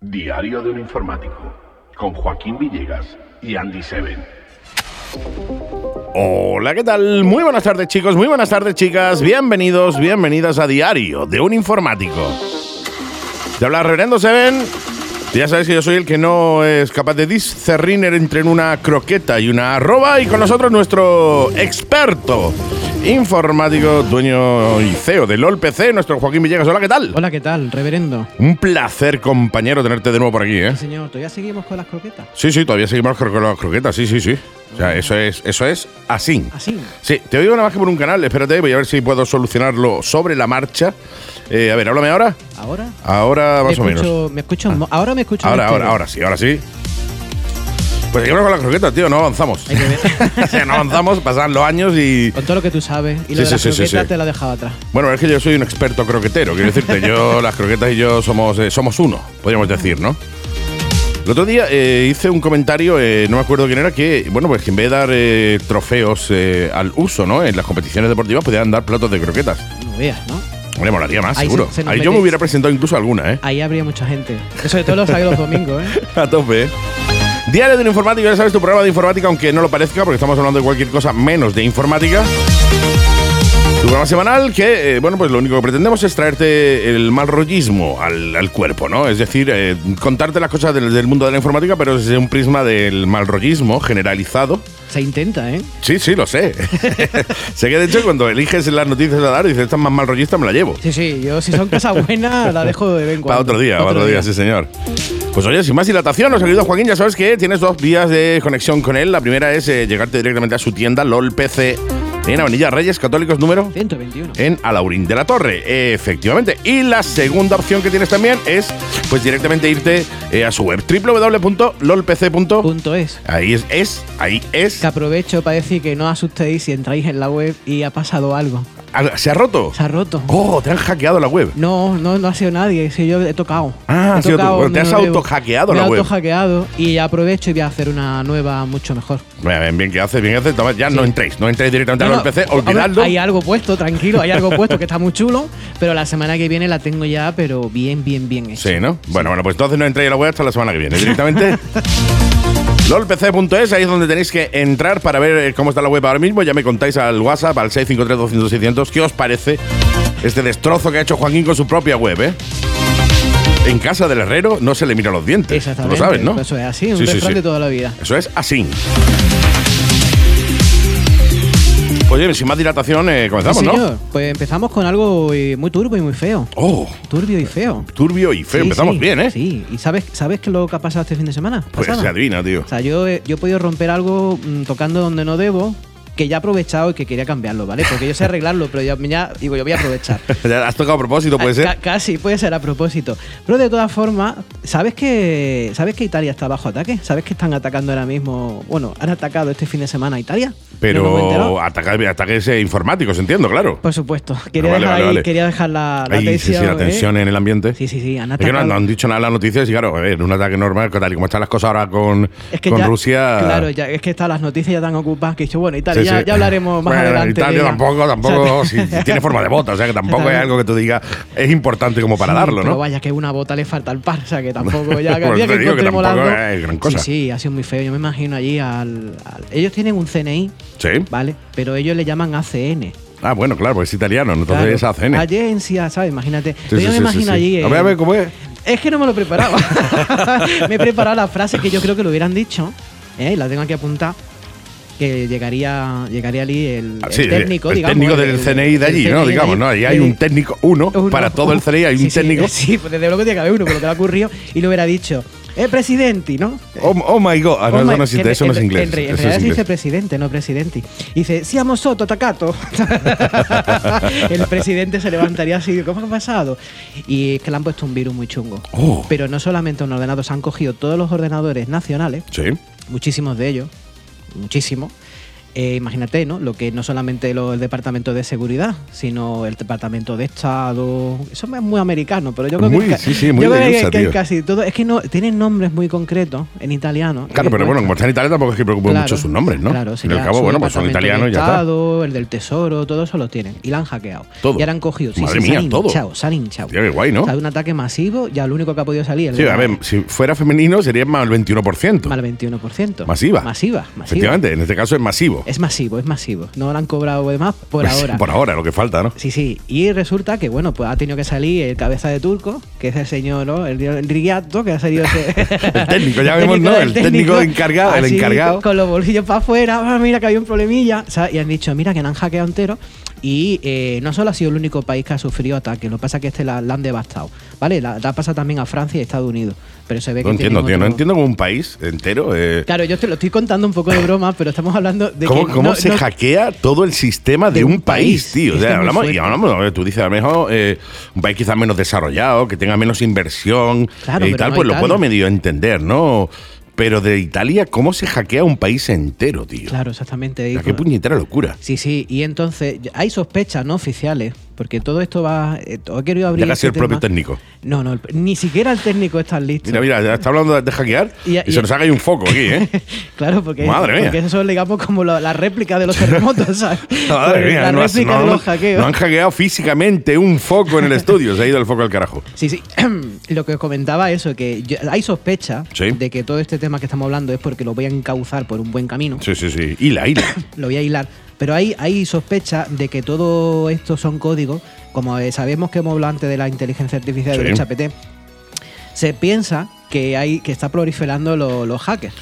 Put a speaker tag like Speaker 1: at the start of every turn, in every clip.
Speaker 1: diario de un informático con Joaquín Villegas y Andy Seven.
Speaker 2: Hola, ¿qué tal? Muy buenas tardes chicos, muy buenas tardes chicas, bienvenidos, bienvenidas a Diario de un Informático. Te habla Reverendo Seven. Ya sabes que yo soy el que no es capaz de discernir entre una croqueta y una arroba y con nosotros nuestro experto informático, dueño y E CEO de LOLPC, nuestro Joaquín Villegas. Hola, ¿qué tal?
Speaker 3: Hola, ¿qué tal, reverendo?
Speaker 2: Un placer, compañero, tenerte de nuevo por aquí, ¿eh?
Speaker 3: Sí, señor, todavía seguimos con las croquetas.
Speaker 2: Sí, sí, todavía seguimos con las croquetas, sí, sí, sí. O sea, eso es, eso es así.
Speaker 3: Así.
Speaker 2: Sí, te oigo nada más que por un canal, espérate, voy a ver si puedo solucionarlo sobre la marcha. Eh, a ver, háblame ahora.
Speaker 3: Ahora.
Speaker 2: Ahora más
Speaker 3: me
Speaker 2: o
Speaker 3: escucho,
Speaker 2: menos. Ah.
Speaker 3: Me escucho, mo- Ahora me escucho.
Speaker 2: Ahora,
Speaker 3: en
Speaker 2: ahora,
Speaker 3: estéreo.
Speaker 2: ahora sí, ahora sí. Pues seguimos con las croquetas, tío, no avanzamos.
Speaker 3: Hay que ver.
Speaker 2: o sea, no avanzamos, pasan los años y...
Speaker 3: Con todo lo que tú sabes. Y
Speaker 2: Sí,
Speaker 3: lo de
Speaker 2: sí,
Speaker 3: las
Speaker 2: sí, sí,
Speaker 3: croquetas
Speaker 2: sí.
Speaker 3: te la he dejado atrás.
Speaker 2: Bueno, es que yo soy un experto croquetero, quiero decirte, yo, las croquetas y yo somos, eh, somos uno, podríamos decir, ¿no? El otro día eh, hice un comentario, eh, no me acuerdo quién era, que, bueno, pues que en vez de dar eh, trofeos eh, al uso, ¿no? En las competiciones deportivas podían dar platos de croquetas.
Speaker 3: No veas, ¿no?
Speaker 2: Hombre, molaría más,
Speaker 3: Ahí se-
Speaker 2: seguro.
Speaker 3: se nos
Speaker 2: Ahí yo
Speaker 3: mete-
Speaker 2: me hubiera presentado incluso alguna, ¿eh?
Speaker 3: Ahí habría mucha gente. Eso de todo lo sabía los domingos, ¿eh?
Speaker 2: A tope. Diario de un informático, ya sabes, tu programa de informática, aunque no lo parezca, porque estamos hablando de cualquier cosa menos de informática. Tu programa semanal que, eh, bueno, pues lo único que pretendemos es traerte el mal rollismo al, al cuerpo, ¿no? Es decir, eh, contarte las cosas del, del mundo de la informática, pero desde un prisma del mal rollismo generalizado.
Speaker 3: Se intenta, ¿eh?
Speaker 2: Sí, sí, lo sé. sé que, de hecho, cuando eliges las noticias a dar, dices, esta es más mal rollista, me la llevo.
Speaker 3: Sí, sí, yo si son cosas buenas la dejo de vez en
Speaker 2: Para
Speaker 3: cuando.
Speaker 2: otro día, para otro día, sí señor. Pues oye, sin más dilatación, nos ha querido Joaquín, ya sabes que tienes dos vías de conexión con él. La primera es eh, llegarte directamente a su tienda LOL PC en Avenida Reyes Católicos número
Speaker 3: 121.
Speaker 2: en Alaurín de la Torre, efectivamente. Y la segunda opción que tienes también es pues directamente irte eh, a su web www.lolpc.com.
Speaker 3: Punto es.
Speaker 2: Ahí es, es, ahí es.
Speaker 3: Que aprovecho para decir que no os asustéis si entráis en la web y ha pasado algo.
Speaker 2: Ah, Se ha roto.
Speaker 3: Se ha roto.
Speaker 2: Oh, te han hackeado la web.
Speaker 3: No, no, no ha sido nadie, si yo he tocado.
Speaker 2: Ah,
Speaker 3: He
Speaker 2: has sido tú.
Speaker 3: tocado,
Speaker 2: Bueno, te
Speaker 3: no
Speaker 2: has
Speaker 3: lo debo.
Speaker 2: autohackeado
Speaker 3: Me
Speaker 2: la
Speaker 3: he
Speaker 2: web.
Speaker 3: autohackeado y aprovecho y voy a hacer una nueva mucho mejor.
Speaker 2: Bien, bien, bien que haces, bien que haces. Toma, Ya no entréis, no entréis directamente
Speaker 3: No,
Speaker 2: a
Speaker 3: no,
Speaker 2: LOL PC,
Speaker 3: a ver,
Speaker 2: olvidadlo.
Speaker 3: Hay algo puesto, tranquilo, hay algo puesto que está muy chulo, pero la semana que viene la tengo ya, pero bien, bien, bien hecha.
Speaker 2: Sí, ¿no? Bueno, bueno, pues entonces no entréis a la web hasta la semana que viene. Directamente. LOLPC.es, ahí es donde tenéis que entrar para ver eh, cómo está la web ahora mismo. Ya me contáis al WhatsApp, al 653-200-600, qué os parece este destrozo que ha hecho Joaquín con su propia web, ¿eh? En casa del herrero no se le mira los dientes. Tú
Speaker 3: Exactamente.
Speaker 2: lo sabes, ¿no?
Speaker 3: Eso es así, un
Speaker 2: Sí, sí,
Speaker 3: refrán
Speaker 2: sí.
Speaker 3: de toda la vida.
Speaker 2: Eso es así. Pues bien, sin más dilatación, eh, comenzamos,
Speaker 3: Sí,
Speaker 2: ¿no?
Speaker 3: señor. Pues empezamos con algo eh, muy turbio y muy feo.
Speaker 2: Oh,
Speaker 3: Turbio y feo.
Speaker 2: turbio y feo.
Speaker 3: Sí,
Speaker 2: Empezamos
Speaker 3: sí,
Speaker 2: bien, ¿eh?
Speaker 3: Sí, y ¿sabes, sabes qué es lo que ha pasado este fin de semana?
Speaker 2: Pues
Speaker 3: Pasado.
Speaker 2: se adivina, tío.
Speaker 3: O sea, yo, he- yo he podido romper algo mm, tocando donde no debo, que ya he aprovechado y que quería cambiarlo, ¿vale? Porque yo sé arreglarlo, pero ya, ya digo, yo voy a aprovechar. Ah,
Speaker 2: Ya has tocado a propósito, puede
Speaker 3: Ca-
Speaker 2: ser.
Speaker 3: casi, puede ser a propósito. Pero de todas formas, ¿sabes que, ¿sabes que Italia está bajo ataque? ¿Sabes que están atacando ahora mismo? Bueno, han atacado este fin de semana a Italia. ¿No nos hemos enterado?
Speaker 2: Pero ataques, ataques eh, informáticos, entiendo, claro.
Speaker 3: Por supuesto. Quería,
Speaker 2: vale,
Speaker 3: dejar,
Speaker 2: vale,
Speaker 3: ahí-
Speaker 2: vale.
Speaker 3: quería dejar la, la
Speaker 2: Ahí, sí,
Speaker 3: tensión.
Speaker 2: sí, la
Speaker 3: ¿eh?
Speaker 2: tensión en el ambiente.
Speaker 3: Sí, sí, sí, han
Speaker 2: Es que no,
Speaker 3: atacado.
Speaker 2: no han dicho nada en las noticias y claro, a ver, un ataque normal, tal y como están las cosas ahora con,
Speaker 3: Es que
Speaker 2: con
Speaker 3: ya-
Speaker 2: Rusia.
Speaker 3: Claro, ya, es que están las noticias ya tan ocupadas que he dicho, bueno, Italia,
Speaker 2: sí,
Speaker 3: ya,
Speaker 2: sí.
Speaker 3: ya hablaremos más
Speaker 2: Bueno,
Speaker 3: adelante.
Speaker 2: Italia
Speaker 3: venga.
Speaker 2: tampoco,
Speaker 3: O sea,
Speaker 2: tampoco, si, si tiene forma de bota, o sea que tampoco es
Speaker 3: Exactamente.
Speaker 2: algo que tú digas, es importante como para
Speaker 3: Sí,
Speaker 2: darlo,
Speaker 3: Pero
Speaker 2: ¿no?
Speaker 3: vaya, que una bota le falta al par, o sea que tampoco ya
Speaker 2: Por eso
Speaker 3: el día
Speaker 2: te digo
Speaker 3: que
Speaker 2: que
Speaker 3: encontremos las
Speaker 2: tampoco
Speaker 3: dos-
Speaker 2: es gran cosa.
Speaker 3: Sí, sí, ha sido muy feo. Yo me imagino allí al, al- Ellos tienen un CNI,
Speaker 2: Sí.
Speaker 3: ¿vale? Pero ellos le llaman ACN.
Speaker 2: Ah, bueno, claro, porque es italiano, ¿no? entonces
Speaker 3: Claro.
Speaker 2: es ACN.
Speaker 3: Agencia, ¿sabes? Imagínate.
Speaker 2: Sí,
Speaker 3: Pero
Speaker 2: sí,
Speaker 3: yo me
Speaker 2: sí, sí,
Speaker 3: imagino
Speaker 2: sí.
Speaker 3: allí.
Speaker 2: A ver,
Speaker 3: eh,
Speaker 2: a ver, ¿cómo es?
Speaker 3: Es que no me lo preparaba. me he preparado la frase que yo creo que lo hubieran dicho, ¿eh? y la tengo aquí apuntada. Que llegaría, llegaría allí el,
Speaker 2: Ah,
Speaker 3: el
Speaker 2: sí,
Speaker 3: técnico,
Speaker 2: el
Speaker 3: digamos,
Speaker 2: técnico del
Speaker 3: el-
Speaker 2: CNI de
Speaker 3: el
Speaker 2: allí, ¿no?
Speaker 3: CNI de
Speaker 2: Digamos, ¿no? Ahí hay
Speaker 3: Eh,
Speaker 2: un técnico, uno,
Speaker 3: uno.
Speaker 2: para todo el CNI hay un
Speaker 3: Sí, sí,
Speaker 2: técnico.
Speaker 3: Sí, pues desde luego tiene que haber uno, pero que le ha ocurrido y lo hubiera dicho. Eh, presidente, ¿no?
Speaker 2: Oh, oh my god, Ah, no,
Speaker 3: Oh my-
Speaker 2: eso no existe,
Speaker 3: que
Speaker 2: eso no es
Speaker 3: en-
Speaker 2: inglés.
Speaker 3: En, re- en
Speaker 2: eso es
Speaker 3: realidad se
Speaker 2: inglés.
Speaker 3: dice presidente, no presidente. Y dice, siamo soto, atacato. el presidente se levantaría así, ¿cómo ha pasado? Y es que le han puesto un virus muy chungo.
Speaker 2: Oh.
Speaker 3: Pero no solamente un ordenador, se han cogido todos los ordenadores nacionales,
Speaker 2: Sí.
Speaker 3: muchísimos de ellos, muchísimos, eh, imagínate, ¿no? Lo que no solamente lo- el Departamento de Seguridad, sino el Departamento de Estado. Eso es muy americano, pero yo creo
Speaker 2: Muy,
Speaker 3: que,
Speaker 2: sí, sí, muy
Speaker 3: yo
Speaker 2: de
Speaker 3: creo que-
Speaker 2: USA,
Speaker 3: que
Speaker 2: tío.
Speaker 3: casi todo. Es que no tienen nombres muy concretos en italiano.
Speaker 2: Claro,
Speaker 3: que
Speaker 2: pero bueno,
Speaker 3: cuesta.
Speaker 2: como está en Italia tampoco es que preocupe
Speaker 3: Claro,
Speaker 2: mucho sus nombres, ¿no?
Speaker 3: Claro,
Speaker 2: en
Speaker 3: sería
Speaker 2: el cabo,
Speaker 3: su
Speaker 2: bueno, pues son
Speaker 3: departamento
Speaker 2: italianos
Speaker 3: de
Speaker 2: y ya está.
Speaker 3: Estado, el del Tesoro, todo eso lo tienen. Y la han hackeado.
Speaker 2: Todo.
Speaker 3: Y ahora han cogido. Sí,
Speaker 2: Madre
Speaker 3: sí, se
Speaker 2: mía,
Speaker 3: han
Speaker 2: todo.
Speaker 3: hinchado, se han hinchado.
Speaker 2: Tío, qué guay, ¿no?
Speaker 3: O sea, de un ataque masivo, ya lo único que ha podido salir es
Speaker 2: Sí, a ver, si fuera femenino sería más el 21%.
Speaker 3: mal 21%.
Speaker 2: Masiva.
Speaker 3: Masiva, masiva.
Speaker 2: Efectivamente, en este caso es masivo.
Speaker 3: Es masivo, es masivo. No lo han cobrado de más por ahora.
Speaker 2: Pues, Por ahora, lo que falta, ¿no?
Speaker 3: Sí, sí. Y resulta que, bueno, pues ha tenido que salir el cabeza de turco, que es el señor, ¿no? El, el Rigatto, que ha salido ese-
Speaker 2: El técnico, ya vemos, ¿no? El técnico encargado, el
Speaker 3: así,
Speaker 2: encargado.
Speaker 3: Con los bolsillos para afuera, "Ah, mira que había un problemilla. o sea, Y han dicho, mira que nos han hackeado entero. Y eh, no solo ha sido el único país que ha sufrido ataques, lo que pasa es que este la, la han devastado. ¿Vale? La, la pasa también a Francia y Estados Unidos. Pero se ve
Speaker 2: No
Speaker 3: que.
Speaker 2: entiendo,
Speaker 3: tienen
Speaker 2: tío. No
Speaker 3: otro-
Speaker 2: entiendo como un país entero. eh,
Speaker 3: Claro, yo te lo estoy contando un poco de broma, pero estamos hablando de
Speaker 2: ¿Cómo,
Speaker 3: que
Speaker 2: cómo
Speaker 3: no-
Speaker 2: se
Speaker 3: no-
Speaker 2: hackea todo el sistema de,
Speaker 3: de
Speaker 2: un
Speaker 3: un
Speaker 2: país,
Speaker 3: país?
Speaker 2: tío? O
Speaker 3: Es que
Speaker 2: sea,
Speaker 3: es muy
Speaker 2: hablamos, y
Speaker 3: fuerte.
Speaker 2: hablamos, a ver, tú dices a lo mejor eh, un país quizás menos desarrollado, que tenga menos inversión
Speaker 3: Claro,
Speaker 2: eh, y
Speaker 3: pero
Speaker 2: tal,
Speaker 3: no
Speaker 2: pues lo
Speaker 3: Italia.
Speaker 2: puedo medio entender, ¿no? Pero de Italia, ¿cómo se hackea un país entero, tío?
Speaker 3: Claro, exactamente.
Speaker 2: O
Speaker 3: y
Speaker 2: sea, qué
Speaker 3: con-
Speaker 2: puñetera locura.
Speaker 3: Sí, sí, y entonces y- hay sospechas no oficiales, porque todo esto va. eh, to- he querido abrir.
Speaker 2: Ya casi
Speaker 3: este
Speaker 2: el propio
Speaker 3: tema.
Speaker 2: técnico.
Speaker 3: No, no, el- ni siquiera el técnico está listo.
Speaker 2: Mira, mira, ya está hablando de, de hackear y,
Speaker 3: Y- y-
Speaker 2: se nos haga ahí un foco aquí, ¿eh?
Speaker 3: Claro, porque,
Speaker 2: Madre mía.
Speaker 3: porque eso son, digamos, como la, la réplica de los terremotos, ¿sabes?
Speaker 2: Madre mía,
Speaker 3: Pues la
Speaker 2: no has-
Speaker 3: réplica
Speaker 2: no-
Speaker 3: de los hackeos.
Speaker 2: no han hackeado físicamente un foco en el estudio, se ha ido el foco al carajo.
Speaker 3: Sí, sí. Lo que os comentaba eso, que yo- hay sospecha
Speaker 2: Sí.
Speaker 3: de que todo este tema que estamos hablando es porque lo voy a encauzar por un buen camino.
Speaker 2: Sí, sí, sí. Hila, hila.
Speaker 3: lo voy a hilar. Pero hay, hay sospecha de que todo esto son códigos, como eh, sabemos que hemos hablado antes de la inteligencia artificial
Speaker 2: Sí.
Speaker 3: del ChatGPT, se piensa que hay que está proliferando lo- los hackers.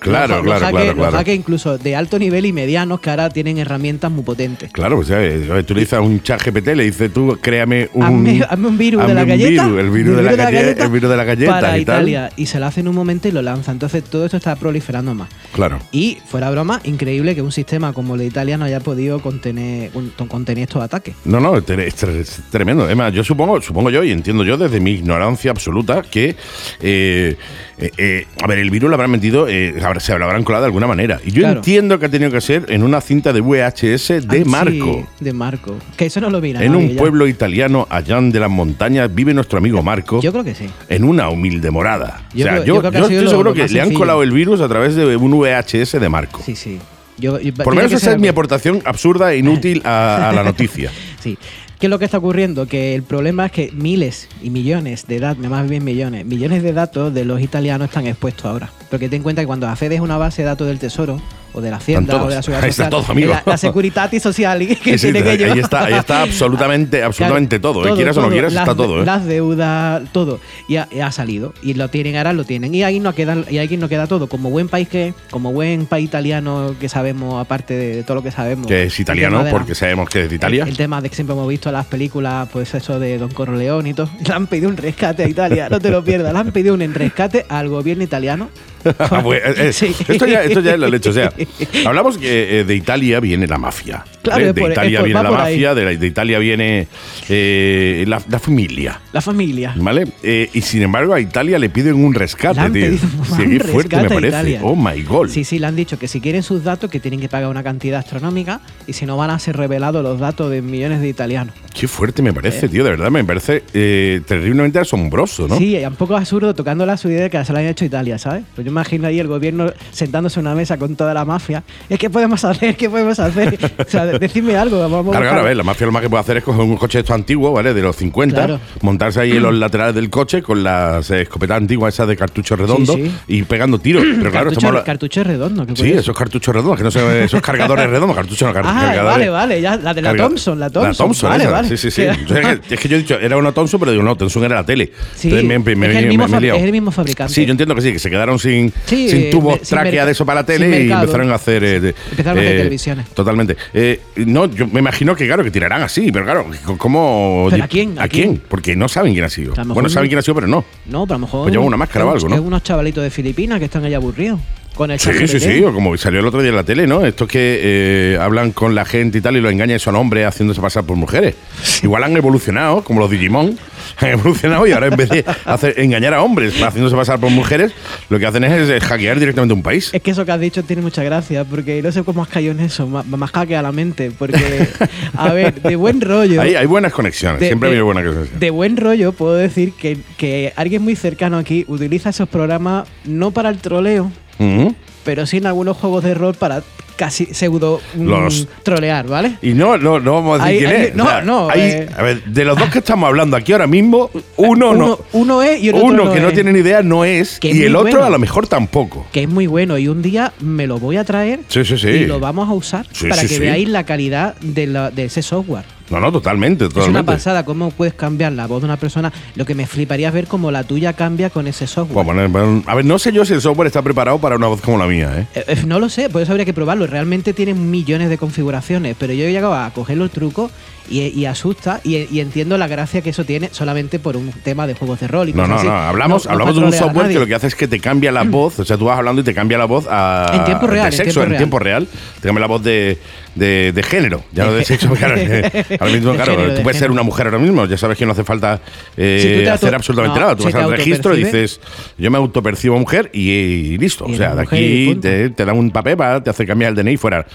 Speaker 2: Claro,
Speaker 3: Los
Speaker 2: claro,
Speaker 3: ha- los
Speaker 2: claro,
Speaker 3: hackers-
Speaker 2: claro.
Speaker 3: Los hackers incluso de alto nivel y medianos que ahora tienen herramientas muy potentes.
Speaker 2: Claro, pues ¿sabes? ¿sabes? tú le dices a un chat GPT, le dices tú, créame un,
Speaker 3: hazme, hazme un virus de la
Speaker 2: hazme un
Speaker 3: galleta.
Speaker 2: virus, el virus de la galleta. El virus de la galleta
Speaker 3: Para
Speaker 2: y tal.
Speaker 3: Italia. Y se lo hace en un momento y lo lanza. Entonces todo esto está proliferando más.
Speaker 2: Claro.
Speaker 3: Y fuera broma, increíble que un sistema como el de Italia no haya podido contener, un- contener estos ataques.
Speaker 2: No, no, es, tre- es tre- es tremendo. Además, yo supongo, supongo yo, y entiendo yo desde mi ignorancia absoluta, que eh, eh, eh, a ver, el virus lo habrán metido, eh, habrá- se lo habrán colado de alguna manera. Y yo
Speaker 3: Claro.
Speaker 2: entiendo que ha tenido que ser en una cinta de VHS de
Speaker 3: Ah, sí,
Speaker 2: Marco.
Speaker 3: de Marco. Que eso no lo mira.
Speaker 2: En
Speaker 3: nadie
Speaker 2: un
Speaker 3: ya.
Speaker 2: pueblo italiano allá de las montañas vive nuestro amigo Marco.
Speaker 3: Yo creo que sí.
Speaker 2: en una humilde morada.
Speaker 3: Yo
Speaker 2: o sea,
Speaker 3: creo-
Speaker 2: yo,
Speaker 3: yo creo que
Speaker 2: yo
Speaker 3: ha sido
Speaker 2: estoy
Speaker 3: lo-
Speaker 2: seguro
Speaker 3: lo
Speaker 2: que
Speaker 3: más
Speaker 2: le han
Speaker 3: sencillo.
Speaker 2: colado el virus a través de un VHS de Marco.
Speaker 3: Sí, sí. Yo, yo-
Speaker 2: Por lo
Speaker 3: tiene
Speaker 2: menos
Speaker 3: que
Speaker 2: esa
Speaker 3: ser
Speaker 2: es mi
Speaker 3: algo.
Speaker 2: aportación absurda e inútil a, a la noticia.
Speaker 3: Sí. ¿Qué es lo que está ocurriendo? Que el problema es que miles y millones de datos, más bien millones, millones de datos de los italianos están expuestos ahora. Porque ten en cuenta que cuando accedes a una base de datos del Tesoro, o de la Hacienda,
Speaker 2: todos.
Speaker 3: o de la Seguridad
Speaker 2: Ahí
Speaker 3: Social,
Speaker 2: está todo, amigo.
Speaker 3: La, la Securitate Social que
Speaker 2: Sí, sí,
Speaker 3: tiene que
Speaker 2: ahí,
Speaker 3: llevar.
Speaker 2: está, ahí está absolutamente, absolutamente
Speaker 3: Claro,
Speaker 2: todo. eh, quieras o no quieras,
Speaker 3: las
Speaker 2: está
Speaker 3: de-
Speaker 2: todo. eh.
Speaker 3: Las deudas, todo. Y ha, y ha salido. Y lo tienen ahora, lo tienen. Y ahí no queda, y ahí no queda todo. Como buen país que, como buen país italiano que sabemos, aparte de, de todo lo que sabemos.
Speaker 2: Que es
Speaker 3: el
Speaker 2: italiano,
Speaker 3: tema de la-
Speaker 2: porque sabemos que es de Italia.
Speaker 3: El, el tema de que siempre hemos visto las películas, pues eso de Don Corleone y todo. Le han pedido un rescate a Italia, no te lo pierdas. Le han pedido un rescate al gobierno italiano.
Speaker 2: Ah, pues, eh, eh,
Speaker 3: Sí.
Speaker 2: esto, ya, esto ya es lo hecho. O sea, hablamos que eh, de Italia viene la mafia.
Speaker 3: Claro,
Speaker 2: ¿vale?
Speaker 3: es
Speaker 2: de
Speaker 3: por-
Speaker 2: Italia
Speaker 3: es por-
Speaker 2: viene
Speaker 3: va
Speaker 2: la
Speaker 3: por ahí.
Speaker 2: mafia, de, la- de Italia viene eh, la, la familia.
Speaker 3: La familia.
Speaker 2: ¿Vale? Eh, y sin embargo, a Italia le piden un rescate,
Speaker 3: Le han
Speaker 2: tío.
Speaker 3: pedido
Speaker 2: Sí,
Speaker 3: un
Speaker 2: qué fuerte
Speaker 3: rescate
Speaker 2: me
Speaker 3: a
Speaker 2: parece.
Speaker 3: Italia.
Speaker 2: Oh my god.
Speaker 3: Sí, sí, le han dicho que si quieren sus datos, que tienen que pagar una cantidad astronómica y si no van a ser revelados los datos de millones de italianos.
Speaker 2: Qué fuerte me parece, tío. De verdad, me parece eh, terriblemente asombroso, ¿no?
Speaker 3: Sí, y un poco absurdo tocando la subida de que se la han hecho a Italia, ¿sabes? Pues yo imagino ahí el gobierno sentándose a una mesa con toda la mafia. Es que podemos hacer, ¿qué podemos hacer? o sea, de- decidme algo. Vamos a
Speaker 2: Claro,
Speaker 3: buscar-
Speaker 2: claro, a ver, la mafia lo más que puede hacer es coger un coche de estos antiguos, ¿vale? De los 50,
Speaker 3: Claro. Mm.
Speaker 2: montarse ahí en los laterales del coche con las eh, escopetas antiguas esas de cartucho redondo
Speaker 3: sí.
Speaker 2: y pegando tiros. Pero claro,
Speaker 3: cartucho,
Speaker 2: estamos habla-
Speaker 3: cartucho redondo. ¿qué
Speaker 2: Sí,
Speaker 3: puede ser?
Speaker 2: esos cartuchos redondos, que no sé, esos cargadores redondos, cartuchos no, car-
Speaker 3: Ah,
Speaker 2: cargadores.
Speaker 3: vale, vale, ya, la de la
Speaker 2: Carga-
Speaker 3: Thompson, la Thompson.
Speaker 2: La Thompson,
Speaker 3: vale,
Speaker 2: esa,
Speaker 3: vale.
Speaker 2: Sí, sí, sí.
Speaker 3: Que-
Speaker 2: Yo sé que- es que yo he dicho, era una Thompson, pero digo, no, Thompson era la tele.
Speaker 3: Sí,
Speaker 2: Entonces me- me-
Speaker 3: es
Speaker 2: me-
Speaker 3: el
Speaker 2: me-
Speaker 3: mismo
Speaker 2: me he
Speaker 3: fa-
Speaker 2: liado.
Speaker 3: es el mismo fabricante.
Speaker 2: Ah, Sí, yo entiendo que sí, que se quedaron sin,
Speaker 3: Sí,
Speaker 2: sin
Speaker 3: eh,
Speaker 2: tubos
Speaker 3: me- sin
Speaker 2: tráquea
Speaker 3: merca-
Speaker 2: de eso para la
Speaker 3: sin
Speaker 2: tele y
Speaker 3: mercado.
Speaker 2: empezaron a hacer. eh, de-
Speaker 3: Empezaron a hacer televisiones.
Speaker 2: Totalmente. Eh, no, yo me imagino que, claro, que tirarán así, pero claro, ¿cómo.
Speaker 3: ¿Pero a quién?
Speaker 2: ¿A,
Speaker 3: ¿A
Speaker 2: quién?
Speaker 3: quién?
Speaker 2: Porque no saben quién ha sido.
Speaker 3: A lo mejor
Speaker 2: Bueno, saben
Speaker 3: no-
Speaker 2: quién ha sido, pero no.
Speaker 3: No, pero a lo mejor.
Speaker 2: Pues lleva una máscara o algo, ¿no?
Speaker 3: Es unos chavalitos de Filipinas que están allá aburridos. con el
Speaker 2: Sí, sí,
Speaker 3: ChatGPT.
Speaker 2: sí, o como salió el otro día en la tele, ¿no? Estos que eh, hablan con la gente y tal y lo engañan y son hombres haciéndose pasar por mujeres. Igual han evolucionado, como los Digimon, han evolucionado y ahora en vez de hacer, engañar a hombres haciéndose pasar por mujeres, lo que hacen es, eh, hackear directamente un país.
Speaker 3: Es que eso que has dicho tiene mucha gracia, porque no sé cómo has caído en eso, ma- me has hackeado la mente, porque, a ver, de buen rollo...
Speaker 2: Hay, hay buenas conexiones,
Speaker 3: de-
Speaker 2: siempre
Speaker 3: de-
Speaker 2: hay buenas conexiones.
Speaker 3: De buen rollo puedo decir que, que alguien muy cercano aquí utiliza esos programas no para el troleo,
Speaker 2: Ujú.
Speaker 3: pero sí en algunos juegos de rol para casi pseudo mm,
Speaker 2: Los-
Speaker 3: trolear, ¿vale?
Speaker 2: Y no, no, no vamos a decir
Speaker 3: Hay-
Speaker 2: quién
Speaker 3: hay-
Speaker 2: es.
Speaker 3: no, no,
Speaker 2: hay-
Speaker 3: eh.
Speaker 2: a ver, de los dos que estamos hablando aquí ahora mismo, uno, no.
Speaker 3: uno es y el otro
Speaker 2: Uno que no
Speaker 3: es.
Speaker 2: tiene ni idea no es,
Speaker 3: Que es
Speaker 2: y el
Speaker 3: muy
Speaker 2: otro
Speaker 3: bueno.
Speaker 2: a lo mejor tampoco.
Speaker 3: Que es muy bueno y un día me lo voy a traer
Speaker 2: Sí, sí, sí.
Speaker 3: y lo vamos a usar
Speaker 2: Sí,
Speaker 3: para
Speaker 2: sí,
Speaker 3: que
Speaker 2: sí.
Speaker 3: veáis la calidad de, la- de ese software.
Speaker 2: No, no, totalmente,
Speaker 3: Es una
Speaker 2: totalmente.
Speaker 3: pasada cómo puedes cambiar la voz de una persona. Lo que me fliparía es ver cómo la tuya cambia con ese software.
Speaker 2: Bueno, bueno, bueno, a ver, no sé yo si el software está preparado para una voz como la mía, ¿eh?
Speaker 3: Eh, eh, No lo sé, por eso habría que probarlo. Realmente tiene millones de configuraciones, pero yo he llegado a coger los trucos y, y asusta y, y entiendo la gracia que eso tiene solamente por un tema de juegos de rol y
Speaker 2: No,
Speaker 3: cosas
Speaker 2: no,
Speaker 3: así.
Speaker 2: no. Hablamos,
Speaker 3: No- no
Speaker 2: hablamos de un
Speaker 3: patrolear a
Speaker 2: software que
Speaker 3: nadie. Mm.
Speaker 2: lo que hace es que te cambia la voz. O sea, tú vas hablando y te cambia la voz a.
Speaker 3: En tiempo real,
Speaker 2: De
Speaker 3: en
Speaker 2: sexo,
Speaker 3: tiempo
Speaker 2: en
Speaker 3: real.
Speaker 2: tiempo real. Te cambia la voz de, de, de género. Ya no de sexo, claro. eh, ahora mismo,
Speaker 3: De
Speaker 2: claro.
Speaker 3: género,
Speaker 2: tú
Speaker 3: de
Speaker 2: puedes ser
Speaker 3: género.
Speaker 2: una mujer ahora mismo. Ya sabes que no hace falta eh,
Speaker 3: Si tú te auto-
Speaker 2: hacer absolutamente
Speaker 3: no,
Speaker 2: nada. Tú
Speaker 3: si
Speaker 2: vas
Speaker 3: te
Speaker 2: al registro y
Speaker 3: autopercibes-
Speaker 2: dices, yo me autopercibo mujer y, y listo.
Speaker 3: Y
Speaker 2: o
Speaker 3: eres
Speaker 2: sea, de
Speaker 3: mujer y
Speaker 2: aquí
Speaker 3: punto.
Speaker 2: te, te dan un papel, para, te hace cambiar el DNI y fuera.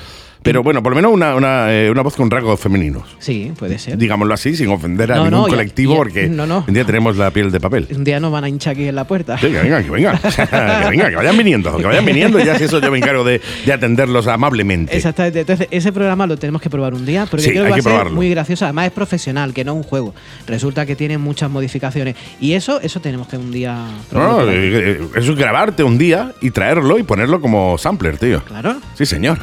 Speaker 2: Pero bueno, por lo menos una, una, eh, una voz con rasgos femeninos.
Speaker 3: Sí, puede ser.
Speaker 2: Digámoslo así, sin ofender a
Speaker 3: No,
Speaker 2: ningún
Speaker 3: no, ya-
Speaker 2: colectivo,
Speaker 3: ya-
Speaker 2: porque
Speaker 3: no, no.
Speaker 2: un día tenemos la piel de papel.
Speaker 3: Un día nos van a hinchar aquí en la puerta.
Speaker 2: Sí, que vengan, que vengan. que vengan, que vayan viniendo, que vayan viniendo. Ya si eso yo me encargo de, de atenderlos amablemente.
Speaker 3: Exactamente. Entonces, ese programa lo tenemos que probar un día porque
Speaker 2: Sí,
Speaker 3: creo que
Speaker 2: hay
Speaker 3: va a
Speaker 2: que
Speaker 3: ser
Speaker 2: probarlo.
Speaker 3: muy gracioso. Además, es profesional, que no es un juego. Resulta que tiene muchas modificaciones. Y eso, eso tenemos que un día.
Speaker 2: No, no,
Speaker 3: probarlo.
Speaker 2: eh, eh, eso es grabarte un día y traerlo y ponerlo como sampler, tío.
Speaker 3: Claro.
Speaker 2: Sí, señor.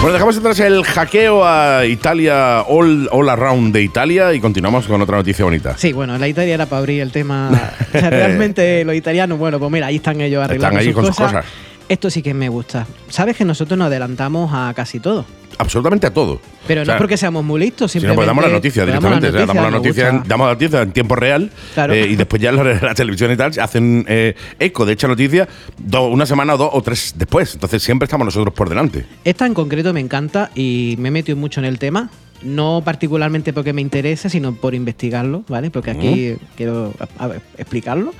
Speaker 2: Bueno, dejamos atrás el hackeo a Italia, all, all around de Italia, y continuamos con otra noticia bonita.
Speaker 3: Sí, bueno, la Italia era para abrir el tema. O sea, realmente los italianos, bueno, pues mira, ahí están ellos arreglando
Speaker 2: ahí
Speaker 3: sus,
Speaker 2: con sus
Speaker 3: cosas.
Speaker 2: cosas.
Speaker 3: Esto sí que me gusta. Sabes que nosotros nos adelantamos a casi todo.
Speaker 2: Absolutamente a todo.
Speaker 3: Pero
Speaker 2: O sea,
Speaker 3: no es porque seamos muy listos,
Speaker 2: Si no,
Speaker 3: simplemente.
Speaker 2: pues damos la noticia
Speaker 3: pues damos
Speaker 2: directamente.
Speaker 3: la
Speaker 2: o sea, Damos la
Speaker 3: noticia,
Speaker 2: noticia,
Speaker 3: nos
Speaker 2: en-
Speaker 3: gusta.
Speaker 2: damos la noticia en tiempo real.
Speaker 3: Claro.
Speaker 2: eh, y después ya la, la televisión y tal hacen eh, eco de esta noticia do- una semana o dos o tres después. Entonces siempre estamos nosotros por delante.
Speaker 3: Esta en concreto me encanta y me he metido mucho en el tema. No particularmente porque me interese, sino por investigarlo, ¿vale? Porque aquí eh, quiero a- a ver, explicarlo.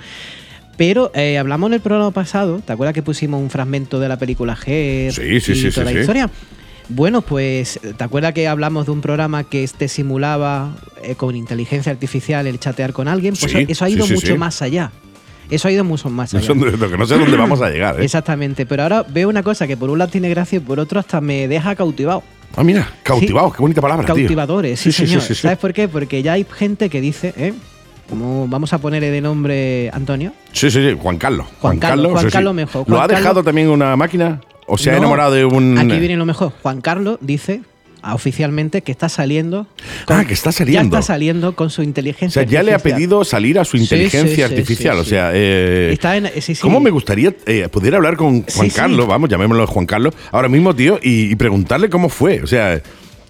Speaker 3: Pero eh, hablamos en el programa pasado, ¿te acuerdas que pusimos un fragmento de la película G
Speaker 2: Sí, sí,
Speaker 3: y
Speaker 2: sí,
Speaker 3: toda
Speaker 2: sí,
Speaker 3: la
Speaker 2: sí.
Speaker 3: historia? Bueno, pues, ¿te acuerdas que hablamos de un programa que te simulaba eh, con inteligencia artificial el chatear con alguien? Pues
Speaker 2: Sí,
Speaker 3: eso ha
Speaker 2: sí,
Speaker 3: ido
Speaker 2: sí,
Speaker 3: mucho
Speaker 2: sí.
Speaker 3: más allá. Eso ha ido mucho más allá.
Speaker 2: Eso es lo que no sé dónde vamos a llegar. ¿eh?
Speaker 3: Exactamente, pero ahora veo una cosa que por un lado tiene gracia y por otro hasta me deja cautivado.
Speaker 2: Ah, mira, cautivados, qué bonita palabra. tío.
Speaker 3: Cautivadores, sí, señor.
Speaker 2: sí, sí.
Speaker 3: ¿Sabes por qué? Porque ya hay gente que dice, ¿eh? Como vamos a ponerle de nombre Antonio.
Speaker 2: Sí, sí, sí, Juan Carlos.
Speaker 3: Juan Carlos, Juan
Speaker 2: sí, sí.
Speaker 3: Carlos mejor.
Speaker 2: ¿Lo
Speaker 3: Juan
Speaker 2: ha dejado
Speaker 3: Carlos-
Speaker 2: también una máquina? ¿O Pues se ha
Speaker 3: No,
Speaker 2: enamorado de un.?
Speaker 3: Aquí viene lo mejor. Juan Carlos dice ah, oficialmente que está saliendo.
Speaker 2: Ah, que está saliendo.
Speaker 3: Ya está saliendo con su
Speaker 2: O
Speaker 3: inteligencia.
Speaker 2: sea, ya le ha
Speaker 3: artificial.
Speaker 2: pedido salir a su
Speaker 3: Sí, sí,
Speaker 2: inteligencia
Speaker 3: sí, sí,
Speaker 2: artificial.
Speaker 3: sí.
Speaker 2: O sea, eh,
Speaker 3: Está en- sí, sí.
Speaker 2: ¿Cómo me gustaría eh, poder hablar con Juan
Speaker 3: Sí, sí.
Speaker 2: Carlos, vamos, llamémoslo Juan Carlos, ahora mismo, tío, y, y preguntarle cómo fue? O sea,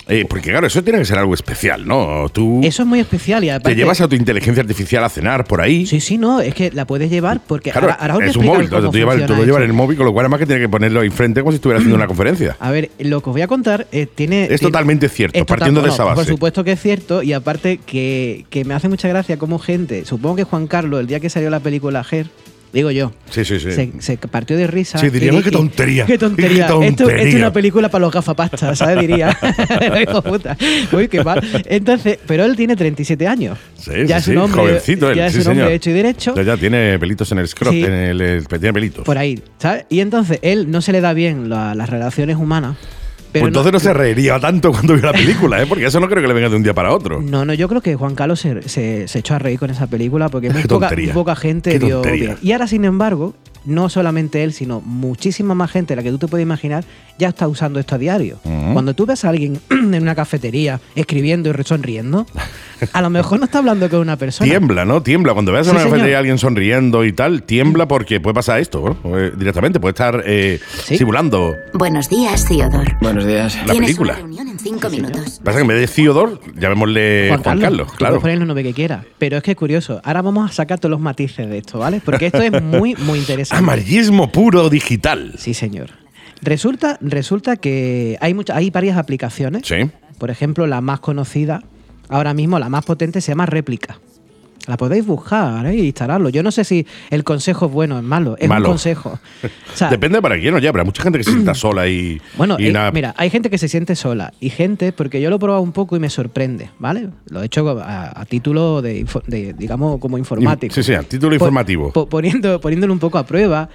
Speaker 2: eh, porque claro, eso tiene que ser algo especial, ¿no? Tú
Speaker 3: Eso es muy especial y
Speaker 2: te
Speaker 3: aparte-
Speaker 2: llevas a tu inteligencia artificial a cenar por ahí.
Speaker 3: Sí, sí, no, es que la puedes llevar porque
Speaker 2: Claro,
Speaker 3: ahora- ahora os voy a
Speaker 2: es un
Speaker 3: explicar
Speaker 2: móvil,
Speaker 3: cómo
Speaker 2: entonces tú, llevas- tú
Speaker 3: funciona Mm.
Speaker 2: lo llevas
Speaker 3: esto.
Speaker 2: en el móvil, con lo cual además que tiene que ponerlo ahí frente como si estuviera haciendo una conferencia.
Speaker 3: A ver, lo que os voy a contar eh, tiene.
Speaker 2: Es
Speaker 3: tiene-
Speaker 2: totalmente cierto,
Speaker 3: total-
Speaker 2: partiendo de esa
Speaker 3: Por
Speaker 2: base.
Speaker 3: supuesto que es cierto, y aparte que, que me hace mucha gracia como gente. Supongo que Juan Carlos, el día que salió la película Ger, digo yo.
Speaker 2: Sí, sí, sí.
Speaker 3: Se, se partió de risa.
Speaker 2: Sí, diría,
Speaker 3: y-
Speaker 2: "Ay, qué
Speaker 3: y-
Speaker 2: tontería,
Speaker 3: ¡Qué tontería!
Speaker 2: qué
Speaker 3: Esto- Esto, es
Speaker 2: tontería".
Speaker 3: una película para los gafapastas, ¿sabes? Diría. Hijo puta. Uy, qué mal. Entonces, pero él tiene 37 años.
Speaker 2: Sí,
Speaker 3: ya
Speaker 2: sí,
Speaker 3: es
Speaker 2: sí,
Speaker 3: un hombre,
Speaker 2: jovencito él,
Speaker 3: ya es
Speaker 2: sí,
Speaker 3: un hombre
Speaker 2: señor.
Speaker 3: hecho y derecho.
Speaker 2: Ya, ya tiene pelitos en el scrot,
Speaker 3: Sí.
Speaker 2: en el, el- tiene pelitos.
Speaker 3: Por ahí, ¿sabes? Y entonces él no se le da bien la- las relaciones humanas. Pero
Speaker 2: pues entonces no, se reiría tanto cuando vio la película, ¿eh? Porque eso no creo que le venga de un día para otro.
Speaker 3: No, no, yo creo que Juan Carlos se, se- se echó a reír con esa película porque muy
Speaker 2: Qué
Speaker 3: poca,
Speaker 2: tontería.
Speaker 3: poca gente
Speaker 2: Qué
Speaker 3: vio
Speaker 2: tontería.
Speaker 3: bien. Y ahora, sin embargo, no solamente él, sino muchísima más gente, la que tú te puedes imaginar, ya está usando esto a diario.
Speaker 2: Mm.
Speaker 3: Cuando tú ves a alguien en una cafetería escribiendo y sonriendo, a lo mejor no está hablando con una persona.
Speaker 2: Tiembla, ¿no? Tiembla. Cuando veas a
Speaker 3: Sí,
Speaker 2: una
Speaker 3: señor.
Speaker 2: cafetería a alguien sonriendo y tal, tiembla porque puede pasar esto, ¿no? Eh, directamente. Puede estar eh,
Speaker 3: Sí.
Speaker 2: simulando
Speaker 4: Buenos días, Theodore.
Speaker 5: Buenos días.
Speaker 2: la
Speaker 4: Tienes
Speaker 2: película.
Speaker 4: una reunión en cinco minutos.
Speaker 2: Pasa que en vez de Theodore, llamémosle eh, Juan, Carlos,
Speaker 3: tú
Speaker 2: claro.
Speaker 3: puedes ponerle el nombre que quieras. Pero es que es curioso. Ahora vamos a sacar todos los matices de esto, ¿vale? Porque esto es muy, muy interesante.
Speaker 2: Amarillismo puro digital.
Speaker 3: Sí, señor. Resulta, resulta que hay, muchas, hay varias aplicaciones.
Speaker 2: Sí.
Speaker 3: Por ejemplo, la más conocida, ahora mismo la más potente, se llama Réplica. La podéis buscar ¿eh? e instalarlo. Yo no sé si el consejo es bueno o es malo. Es
Speaker 2: Malo.
Speaker 3: un consejo. O sea,
Speaker 2: Depende para quién, oye, habrá mucha gente que se sienta sola y,
Speaker 3: bueno,
Speaker 2: y
Speaker 3: eh,
Speaker 2: nada.
Speaker 3: mira, hay gente que se siente sola y gente, porque yo lo he probado un poco y me sorprende, ¿vale? Lo he hecho a, a título de, info- de, digamos, como informático.
Speaker 2: Sí, sí, a título
Speaker 3: Po-
Speaker 2: informativo.
Speaker 3: po- poniendo, poniéndolo un poco a prueba.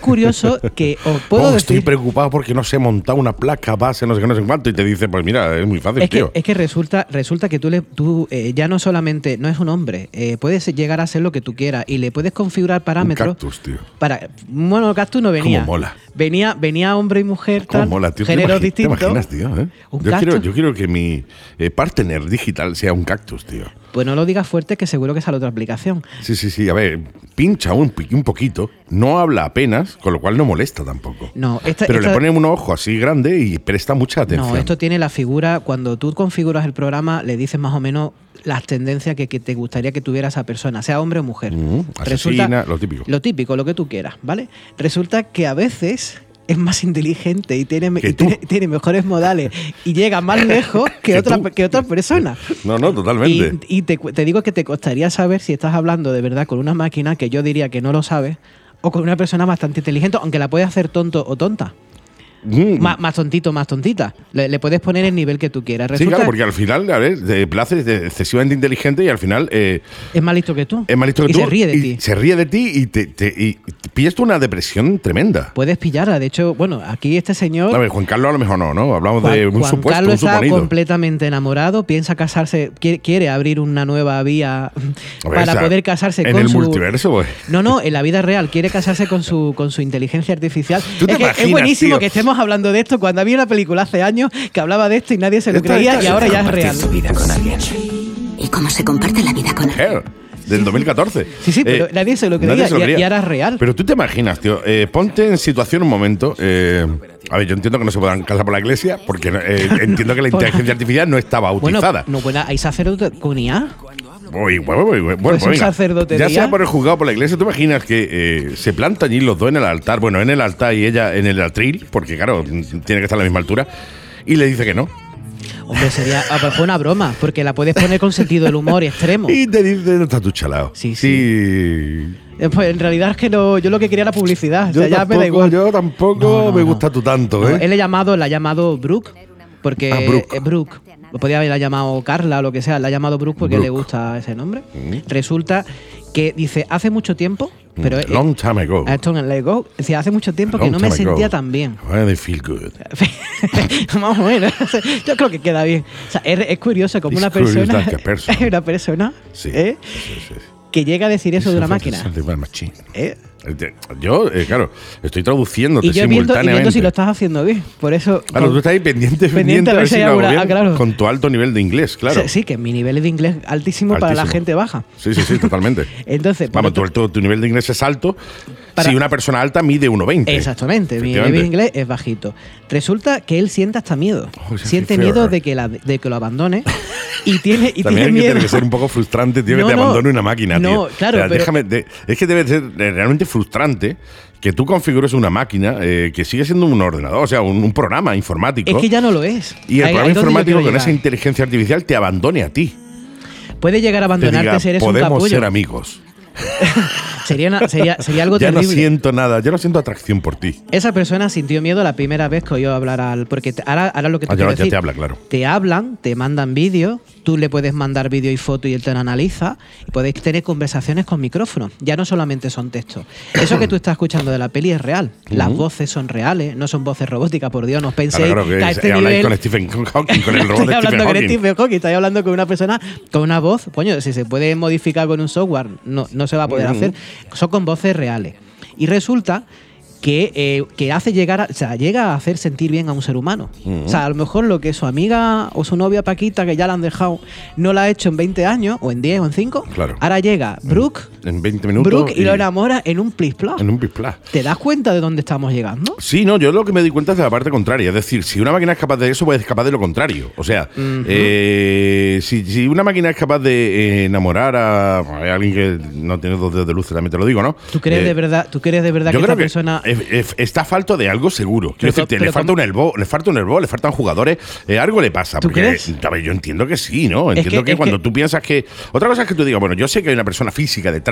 Speaker 3: curioso que os puedo
Speaker 2: Oh,
Speaker 3: decir...
Speaker 2: estoy preocupado porque no sé montar una placa base, no sé qué, no sé cuánto. Y te dice, pues mira, es muy fácil,
Speaker 3: Es que,
Speaker 2: tío.
Speaker 3: es que resulta, resulta que tú, le, tú eh, ya no solamente, no es un hombre, eh, puedes llegar a ser lo que tú quieras y le puedes configurar
Speaker 2: Un
Speaker 3: parámetros.
Speaker 2: cactus, tío.
Speaker 3: Para, bueno, cactus no venía.
Speaker 2: Cómo mola.
Speaker 3: Venía, venía hombre y mujer,
Speaker 2: ¿Cómo
Speaker 3: tal,
Speaker 2: mola, tío? ¿Te
Speaker 3: géneros
Speaker 2: imagi- te
Speaker 3: distintos.
Speaker 2: imaginas, tío? eh?
Speaker 3: Un
Speaker 2: Yo quiero,
Speaker 3: cactus.
Speaker 2: yo quiero que mi eh, partner digital sea un cactus, tío.
Speaker 3: Pues no lo digas fuerte que seguro que sale otra aplicación.
Speaker 2: Sí, sí, sí. A ver, pincha un, pi- un poquito, no habla apenas, con lo cual no molesta tampoco.
Speaker 3: No, esta-
Speaker 2: Pero le
Speaker 3: esta-
Speaker 2: ponen un ojo así grande y presta mucha atención.
Speaker 3: No, esto tiene la figura, cuando tú configuras el programa, le dices más o menos las tendencias que, que te gustaría que tuviera esa persona, sea hombre o mujer.
Speaker 2: Ujú,
Speaker 3: Resulta-
Speaker 2: Mm, asesina, lo típico.
Speaker 3: Lo típico, lo que tú quieras, ¿vale? Resulta que a veces es más inteligente y tiene,
Speaker 2: Que
Speaker 3: y tiene-
Speaker 2: tú.
Speaker 3: tiene mejores modales y llega más lejos que,
Speaker 2: Que
Speaker 3: otra,
Speaker 2: tú.
Speaker 3: que otra persona.
Speaker 2: No, no, totalmente.
Speaker 3: Y, y te, cu- te digo que te costaría saber si estás hablando de verdad con una máquina que yo diría que no lo sabes o con una persona bastante inteligente, aunque la puede hacer tonto o tonta.
Speaker 2: Mm.
Speaker 3: Más, más tontito, más tontita. Le, le puedes poner el nivel que tú quieras.
Speaker 2: Sí,
Speaker 3: Resulta
Speaker 2: claro, porque al final, a ver, te place de- excesivamente inteligente y al final eh,
Speaker 3: es más listo que tú.
Speaker 2: es más listo que
Speaker 3: y
Speaker 2: tú.
Speaker 3: se ríe de
Speaker 2: y
Speaker 3: ti.
Speaker 2: Se ríe de ti y te, te- y te pillas tú una depresión tremenda.
Speaker 3: Puedes pillarla. De hecho, bueno, aquí este señor...
Speaker 2: A ver, Juan Carlos a lo mejor no, ¿no? Hablamos
Speaker 3: Juan,
Speaker 2: de un
Speaker 3: Juan
Speaker 2: supuesto,
Speaker 3: Carlos
Speaker 2: un
Speaker 3: está
Speaker 2: suponido.
Speaker 3: completamente enamorado, piensa casarse, quiere, quiere abrir una nueva vía
Speaker 2: A ver,
Speaker 3: para
Speaker 2: esa-
Speaker 3: poder casarse
Speaker 2: en
Speaker 3: con
Speaker 2: el
Speaker 3: su...
Speaker 2: multiverso, pues, güey.
Speaker 3: No, no, en la vida real, quiere casarse con su, con su inteligencia artificial.
Speaker 2: ¿Tú te
Speaker 3: es, que es
Speaker 2: imaginas,
Speaker 3: buenísimo
Speaker 2: tío?
Speaker 3: que estemos hablando de esto cuando había una película hace años que hablaba de esto y nadie se lo
Speaker 2: Esta-
Speaker 3: creía
Speaker 2: esta
Speaker 3: y ahora ya es
Speaker 5: Compartir
Speaker 3: real.
Speaker 5: tu vida con alguien.
Speaker 4: ¿Y cómo se comparte la vida con alguien?
Speaker 2: Hair, del 2014.
Speaker 3: Sí, sí, pero nadie se lo creía
Speaker 2: Eh, nadie
Speaker 3: y- y ahora es real.
Speaker 2: Pero tú te imaginas, tío, eh, ponte en situación un momento. eh, a ver, yo entiendo que no se puedan casar por la iglesia, porque eh, entiendo que la
Speaker 3: Por-
Speaker 2: inteligencia artificial no está
Speaker 3: Bueno, pues
Speaker 2: bautizada.
Speaker 3: no, bueno, hay sacerdote con IA.
Speaker 2: Uy, bueno, bueno, bueno, bueno,
Speaker 3: Pues un
Speaker 2: venga.
Speaker 3: sacerdote
Speaker 2: Ya
Speaker 3: de
Speaker 2: sea
Speaker 3: ya.
Speaker 2: por el juzgado o por la iglesia, ¿tú imaginas que eh, se plantan allí los dos en el altar? Bueno, en el altar y ella en el atril, porque claro, tiene que estar a la misma altura. Y le dice que no.
Speaker 3: Hombre, sería, ah, pues fue una broma, porque la puedes poner con sentido del humor extremo.
Speaker 2: Y te dice, no estás tú chalado.
Speaker 3: Sí, Eh, Pues en realidad es que no, yo lo que quería era publicidad. o
Speaker 2: Yo
Speaker 3: sea, ya me
Speaker 2: tampoco,
Speaker 3: da igual.
Speaker 2: yo tampoco
Speaker 3: No, no,
Speaker 2: me
Speaker 3: no.
Speaker 2: gusta tú tanto,
Speaker 3: No,
Speaker 2: ¿eh?
Speaker 3: Él le ha llamado, la ha llamado Brooke, porque
Speaker 2: Ah,
Speaker 3: eh,
Speaker 2: Brooke.
Speaker 3: Brooke. Lo podía haber llamado Carla o lo que sea, la ha llamado Brooke porque
Speaker 2: Brooke. Mm.
Speaker 3: le gusta ese nombre. Resulta que dice, hace mucho tiempo, pero eh,
Speaker 2: Mm, Long time ago.
Speaker 3: a esto en el Go, decía, hace mucho tiempo que
Speaker 2: Long
Speaker 3: no me
Speaker 2: time ago.
Speaker 3: sentía tan bien.
Speaker 2: Why they feel good.
Speaker 3: Más o menos. Yo creo que queda bien. O sea, es, es curioso como
Speaker 2: It's
Speaker 3: una
Speaker 2: curious
Speaker 3: persona,
Speaker 2: like a person.
Speaker 3: una persona
Speaker 2: Sí.
Speaker 3: ¿eh?
Speaker 2: Sí, sí, sí.
Speaker 3: que llega a decir eso de una máquina.
Speaker 2: Something about machine.
Speaker 3: ¿eh?
Speaker 2: Este, Yo, eh, claro, estoy traduciéndote
Speaker 3: Y yo viendo, y
Speaker 2: simultáneamente.
Speaker 3: viendo si lo estás haciendo bien. Por eso.
Speaker 2: Claro,
Speaker 3: con-
Speaker 2: tú estás ahí pendiente, pendiente, a ver si
Speaker 3: hay
Speaker 2: lo hago
Speaker 3: alguna-
Speaker 2: bien
Speaker 3: ah, claro.
Speaker 2: con tu alto nivel de inglés, claro.
Speaker 3: Sí, sí, que mi nivel de inglés altísimo, para la
Speaker 2: Altísimo.
Speaker 3: gente baja.
Speaker 2: Sí, sí, sí, totalmente.
Speaker 3: Entonces, por
Speaker 2: Vamos,
Speaker 3: otro-
Speaker 2: tu, tu- tu nivel de inglés es alto.
Speaker 3: Para-
Speaker 2: Si una persona alta mide 1,20.
Speaker 3: Exactamente, mi nivel
Speaker 2: Efectivamente.
Speaker 3: de inglés es bajito. Resulta que él siente hasta miedo.
Speaker 2: Oh, sí,
Speaker 3: siente
Speaker 2: qué
Speaker 3: miedo
Speaker 2: feo.
Speaker 3: de que, la, de que lo abandone y tiene,
Speaker 2: También
Speaker 3: y tiene
Speaker 2: hay que
Speaker 3: miedo.
Speaker 2: tiene que ser un poco frustrante, tío,
Speaker 3: No,
Speaker 2: que te
Speaker 3: no.
Speaker 2: abandone una máquina, tío.
Speaker 3: No, claro,
Speaker 2: O sea,
Speaker 3: pero-
Speaker 2: déjame- de- es que debe ser eh, realmente frustrante que tú configures una máquina eh, que sigue siendo un ordenador, o sea, un, un programa informático.
Speaker 3: es que ya no lo es.
Speaker 2: y el programa
Speaker 3: Ahí- ahí es donde yo
Speaker 2: informático
Speaker 3: quiero
Speaker 2: con esa
Speaker 3: llegar.
Speaker 2: inteligencia artificial te abandone a ti.
Speaker 3: Puede llegar a
Speaker 2: Te
Speaker 3: abandonarte
Speaker 2: diga,
Speaker 3: si eres un
Speaker 2: podemos
Speaker 3: capullo.
Speaker 2: ser amigos.
Speaker 3: sería, una- sería, sería algo
Speaker 2: Ya no
Speaker 3: terrible.
Speaker 2: siento nada, ya no siento atracción por ti.
Speaker 3: Esa persona sintió miedo la primera vez que oyó hablar al. Porque te- ahora, ahora lo que te
Speaker 2: Ah, ya,
Speaker 3: quiero
Speaker 2: ya
Speaker 3: decir-
Speaker 2: te habla, claro.
Speaker 3: Te hablan, te mandan vídeo, tú le puedes mandar vídeo y foto y él te lo analiza. Y podéis tener conversaciones con micrófono. Ya no solamente son textos. Eso que tú estás escuchando de la peli es real. Las voces son reales, no son voces robóticas, por Dios, no os penséis.
Speaker 2: Ahora, claro que
Speaker 3: que a
Speaker 2: es-
Speaker 3: este
Speaker 2: eh, habláis
Speaker 3: nivel-
Speaker 2: con Stephen Hawking, con el robot de
Speaker 3: No estoy
Speaker 2: Stephen
Speaker 3: hablando con
Speaker 2: Hawking.
Speaker 3: Stephen Hawking, estoy hablando con una persona con una voz. Coño, si se puede modificar con un software, no, no se va a poder hacer. Son con voces reales. Y resulta que, eh, que hace llegar, a- o sea, llega a hacer sentir bien a un ser humano. O sea, a lo mejor lo que su amiga o su novia Paquita, que ya la han dejado, no la ha hecho en 20 años, o en 10 o en 5,
Speaker 2: Claro.
Speaker 3: ahora llega Brooke,
Speaker 2: En 20 minutos.
Speaker 3: Brooke y, lo enamora en un plis plas.
Speaker 2: En un pisplas.
Speaker 3: ¿Te das cuenta de dónde estamos llegando?
Speaker 2: Sí, no, yo lo que me di cuenta es de la parte contraria. Es decir, si una máquina es capaz de eso, pues es capaz de lo contrario. O sea, eh, si, si una máquina es capaz de eh, enamorar a, a alguien que no tiene dos dedos de luz, también te lo digo, ¿no?
Speaker 3: ¿Tú crees
Speaker 2: Eh,
Speaker 3: de verdad, tú crees de verdad que
Speaker 2: Yo
Speaker 3: esta
Speaker 2: creo que
Speaker 3: persona
Speaker 2: es- es- está falto de algo seguro.
Speaker 3: Pero
Speaker 2: Quiero decirte,
Speaker 3: co- pero
Speaker 2: le falta, un elbo, le falta un elbo, le faltan jugadores, eh, algo le pasa.
Speaker 3: ¿Tú
Speaker 2: porque,
Speaker 3: crees?
Speaker 2: a ver, yo entiendo que sí, ¿no? Entiendo
Speaker 3: que-
Speaker 2: que,
Speaker 3: es
Speaker 2: cuando
Speaker 3: que-
Speaker 2: tú piensas que. Otra cosa es que tú digas, bueno, yo sé que hay una persona física detrás.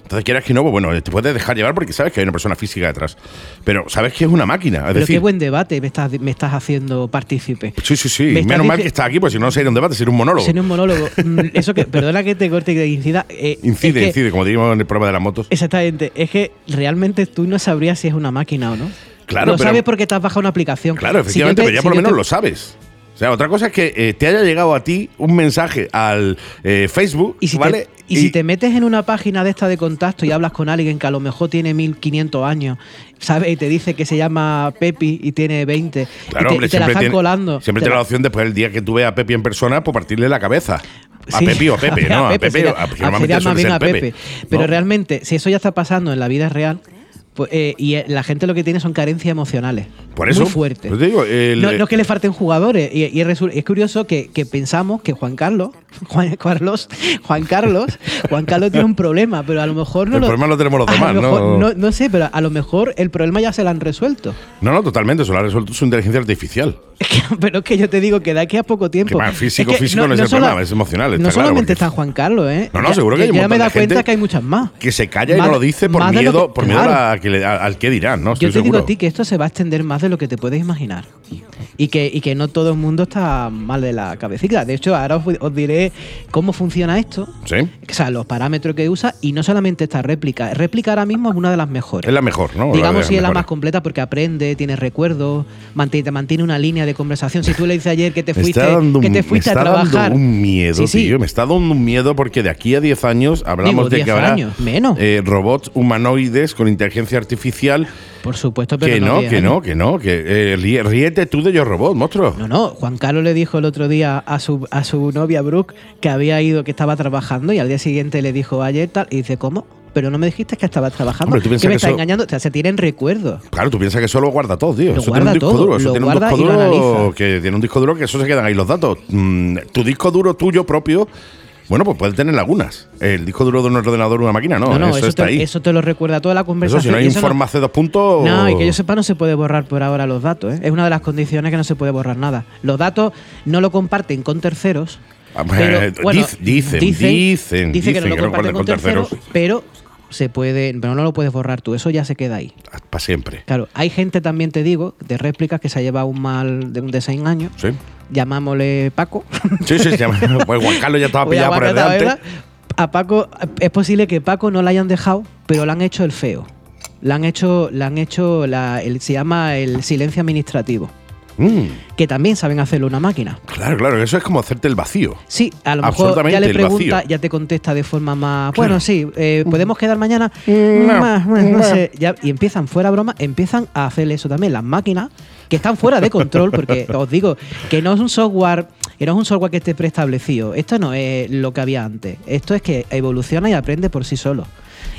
Speaker 2: Entonces quieras que no, pues bueno, te puedes dejar llevar porque sabes que hay una persona física detrás. Pero sabes que es una máquina. Es
Speaker 3: Pero
Speaker 2: decir,
Speaker 3: qué buen debate me estás, me estás haciendo partícipe.
Speaker 2: Sí, sí, sí.
Speaker 3: Me estás
Speaker 2: Menos mal
Speaker 3: dici-
Speaker 2: que está aquí, pues si no, no sería un debate, sería un monólogo.
Speaker 3: Sin un monólogo. Mm, Eso que, perdona que te corte y que incida. eh,
Speaker 2: Incide,
Speaker 3: es que-
Speaker 2: incide, como diríamos en el programa de las motos.
Speaker 3: Exactamente. Es que realmente tú no sabrías si es una máquina o no.
Speaker 2: Claro,
Speaker 3: Lo
Speaker 2: pero-
Speaker 3: sabes porque te has bajado una aplicación.
Speaker 2: Claro,
Speaker 3: Si yo
Speaker 2: efectivamente,
Speaker 3: te-
Speaker 2: pero ya
Speaker 3: si
Speaker 2: por lo
Speaker 3: yo
Speaker 2: menos
Speaker 3: te-
Speaker 2: lo sabes. O sea, otra cosa es que eh, te haya llegado a ti un mensaje al eh, Facebook,
Speaker 3: Y si,
Speaker 2: ¿vale?
Speaker 3: te, y si te metes en una página de esta de contacto y hablas con alguien que a lo mejor tiene 1500 años, ¿sabes? Y te dice que se llama Pepi y tiene 20. y
Speaker 2: Claro,
Speaker 3: te,
Speaker 2: hombre,
Speaker 3: y te la
Speaker 2: siempre
Speaker 3: están
Speaker 2: tiene-
Speaker 3: colando.
Speaker 2: Siempre
Speaker 3: Te
Speaker 2: tiene
Speaker 3: la-
Speaker 2: la opción después el día que tú veas a Pepe en persona, pues partirle la cabeza. A
Speaker 3: Sí,
Speaker 2: Pepe o a Pepe, ¿no? A Pepe,
Speaker 3: sería-
Speaker 2: a-
Speaker 3: a-
Speaker 2: que
Speaker 3: sería
Speaker 2: normalmente
Speaker 3: más
Speaker 2: suele
Speaker 3: bien
Speaker 2: ser
Speaker 3: a
Speaker 2: Pepe.
Speaker 3: Pepe. Pero
Speaker 2: ¿no?
Speaker 3: realmente, si eso ya está pasando en la vida real, pues, eh, y eh, la gente lo que tiene son carencias emocionales.
Speaker 2: Por eso,
Speaker 3: Muy fuerte.
Speaker 2: pues te digo, el-
Speaker 3: no, no es que le falten jugadores. Y, y resu- es curioso que, que pensamos que Juan Carlos, Juan Carlos, Juan Carlos, Juan Carlos tiene un problema, pero a lo mejor no
Speaker 2: El
Speaker 3: lo.
Speaker 2: problema lo tenemos los
Speaker 3: a
Speaker 2: demás, ¿no?
Speaker 3: mejor- ¿no? no sé, pero a lo mejor el problema ya se lo han resuelto.
Speaker 2: No, no, totalmente, eso lo ha resuelto su inteligencia artificial.
Speaker 3: Pero es que yo te digo que de aquí a poco tiempo.
Speaker 2: Que va, físico,
Speaker 3: Es que
Speaker 2: físico no es el problema, es emocional, está
Speaker 3: No
Speaker 2: claro,
Speaker 3: solamente
Speaker 2: porque-
Speaker 3: está Juan Carlos, ¿eh?
Speaker 2: No, no,
Speaker 3: Ya-
Speaker 2: seguro que hay un
Speaker 3: ya, me
Speaker 2: montón de
Speaker 3: he dado cuenta
Speaker 2: gente
Speaker 3: que hay muchas más.
Speaker 2: Que se calla y
Speaker 3: Más-
Speaker 2: no lo dice por
Speaker 3: más de lo
Speaker 2: miedo,
Speaker 3: que-
Speaker 2: por miedo a
Speaker 3: claro.
Speaker 2: la que le- a- al que dirán, ¿no?
Speaker 3: Yo
Speaker 2: Estoy
Speaker 3: te digo
Speaker 2: seguro.
Speaker 3: a ti que esto se va a extender más de lo que te puedes imaginar. Y que, y que no todo el mundo está mal de la cabecita. De hecho, ahora os, voy- os diré cómo funciona esto.
Speaker 2: Sí.
Speaker 3: O sea, los parámetros que usa y no solamente esta réplica. Réplica ahora mismo es una de las mejores.
Speaker 2: Es la mejor, ¿no?
Speaker 3: Digamos
Speaker 2: de
Speaker 3: si es la
Speaker 2: mejores.
Speaker 3: más completa porque aprende, tiene recuerdos, mantiene, te mantiene una línea de conversación. Si tú le dices ayer que te
Speaker 2: Me
Speaker 3: fuiste,
Speaker 2: está dando
Speaker 3: que
Speaker 2: un-
Speaker 3: te
Speaker 2: me
Speaker 3: fuiste
Speaker 2: está
Speaker 3: a trabajar.
Speaker 2: Dando un miedo,
Speaker 3: Sí, sí.
Speaker 2: tío. Me está dando un miedo porque de aquí a 10 años hablamos
Speaker 3: Digo,
Speaker 2: de
Speaker 3: 10
Speaker 2: que habrá
Speaker 3: años, menos.
Speaker 2: eh, robots humanoides con inteligencia artificial.
Speaker 3: Por supuesto, pero
Speaker 2: que no,
Speaker 3: diez
Speaker 2: que
Speaker 3: años.
Speaker 2: no, que no, que eh, ríe- ríete tú de yo robot, monstruo.
Speaker 3: No, no, Juan Carlos le dijo el otro día a su, a su novia Brooke que había ido, que estaba trabajando y al día siguiente le dijo ayer tal y dice, ¿cómo? Pero no me dijiste que estaba trabajando.
Speaker 2: Hombre, tú piensas
Speaker 3: que me
Speaker 2: que
Speaker 3: estás
Speaker 2: eso-
Speaker 3: engañando. O sea, se tienen recuerdos.
Speaker 2: Claro, tú piensas que eso lo guarda todo, tío.
Speaker 3: Lo
Speaker 2: eso tiene
Speaker 3: guarda
Speaker 2: un disco
Speaker 3: todo,
Speaker 2: duro, eso
Speaker 3: lo
Speaker 2: tiene un
Speaker 3: guarda
Speaker 2: disco
Speaker 3: y lo
Speaker 2: duro
Speaker 3: analiza.
Speaker 2: que tiene un disco duro que eso se quedan ahí los datos. Mm, tu disco duro tuyo propio, bueno, pues puede tener lagunas. El disco duro de un ordenador o una máquina, no,
Speaker 3: No, no,
Speaker 2: eso,
Speaker 3: eso,
Speaker 2: está
Speaker 3: te,
Speaker 2: ahí. Eso,
Speaker 3: eso te lo recuerda toda la conversación.
Speaker 2: si no hay
Speaker 3: y
Speaker 2: un
Speaker 3: eso no-
Speaker 2: forma hace dos puntos.
Speaker 3: No, y que yo sepa no se puede borrar por ahora los datos. ¿eh? Es una de las condiciones que no se puede borrar nada. Los datos no lo comparten con terceros.
Speaker 2: Ah,
Speaker 3: Pero,
Speaker 2: dic-
Speaker 3: bueno,
Speaker 2: dicen, dicen,
Speaker 3: dicen que
Speaker 2: dicen
Speaker 3: no lo
Speaker 2: que no
Speaker 3: comparten con terceros, pero se puede, pero no lo puedes borrar tú. Eso ya se queda ahí.
Speaker 2: para ah, siempre.
Speaker 3: Claro, hay gente también te digo de réplicas que se ha llevado un mal de un de seis años.
Speaker 2: Sí.
Speaker 3: Llamámosle Paco.
Speaker 2: Sí, sí, sí. Pues Juan Carlos ya estaba
Speaker 3: Voy a
Speaker 2: pillado por el
Speaker 3: aguantar,
Speaker 2: delante.
Speaker 3: ¿verdad? A Paco, es posible que Paco no la hayan dejado, pero le han hecho el feo. Le han hecho, le han hecho la- el, se llama el silencio administrativo,
Speaker 2: Mm,
Speaker 3: que también saben hacerlo una máquina.
Speaker 2: claro, claro, eso es como hacerte el vacío.
Speaker 3: Sí, a lo mejor ya
Speaker 2: Absolutamente,
Speaker 3: le
Speaker 2: el
Speaker 3: pregunta,
Speaker 2: vacío.
Speaker 3: ya te contesta de forma más.
Speaker 2: Claro.
Speaker 3: Bueno, sí, eh, ¿podemos quedar mañana? Mm,
Speaker 2: no,
Speaker 3: Más, más, no
Speaker 2: no.
Speaker 3: sé. Ya- y empiezan, fuera broma, empiezan a hacer eso también. Las máquinas que están fuera de control, porque os digo que no es un software. Que no es un software que esté preestablecido. Esto no es lo que había antes. Esto es que evoluciona y aprende por sí solo.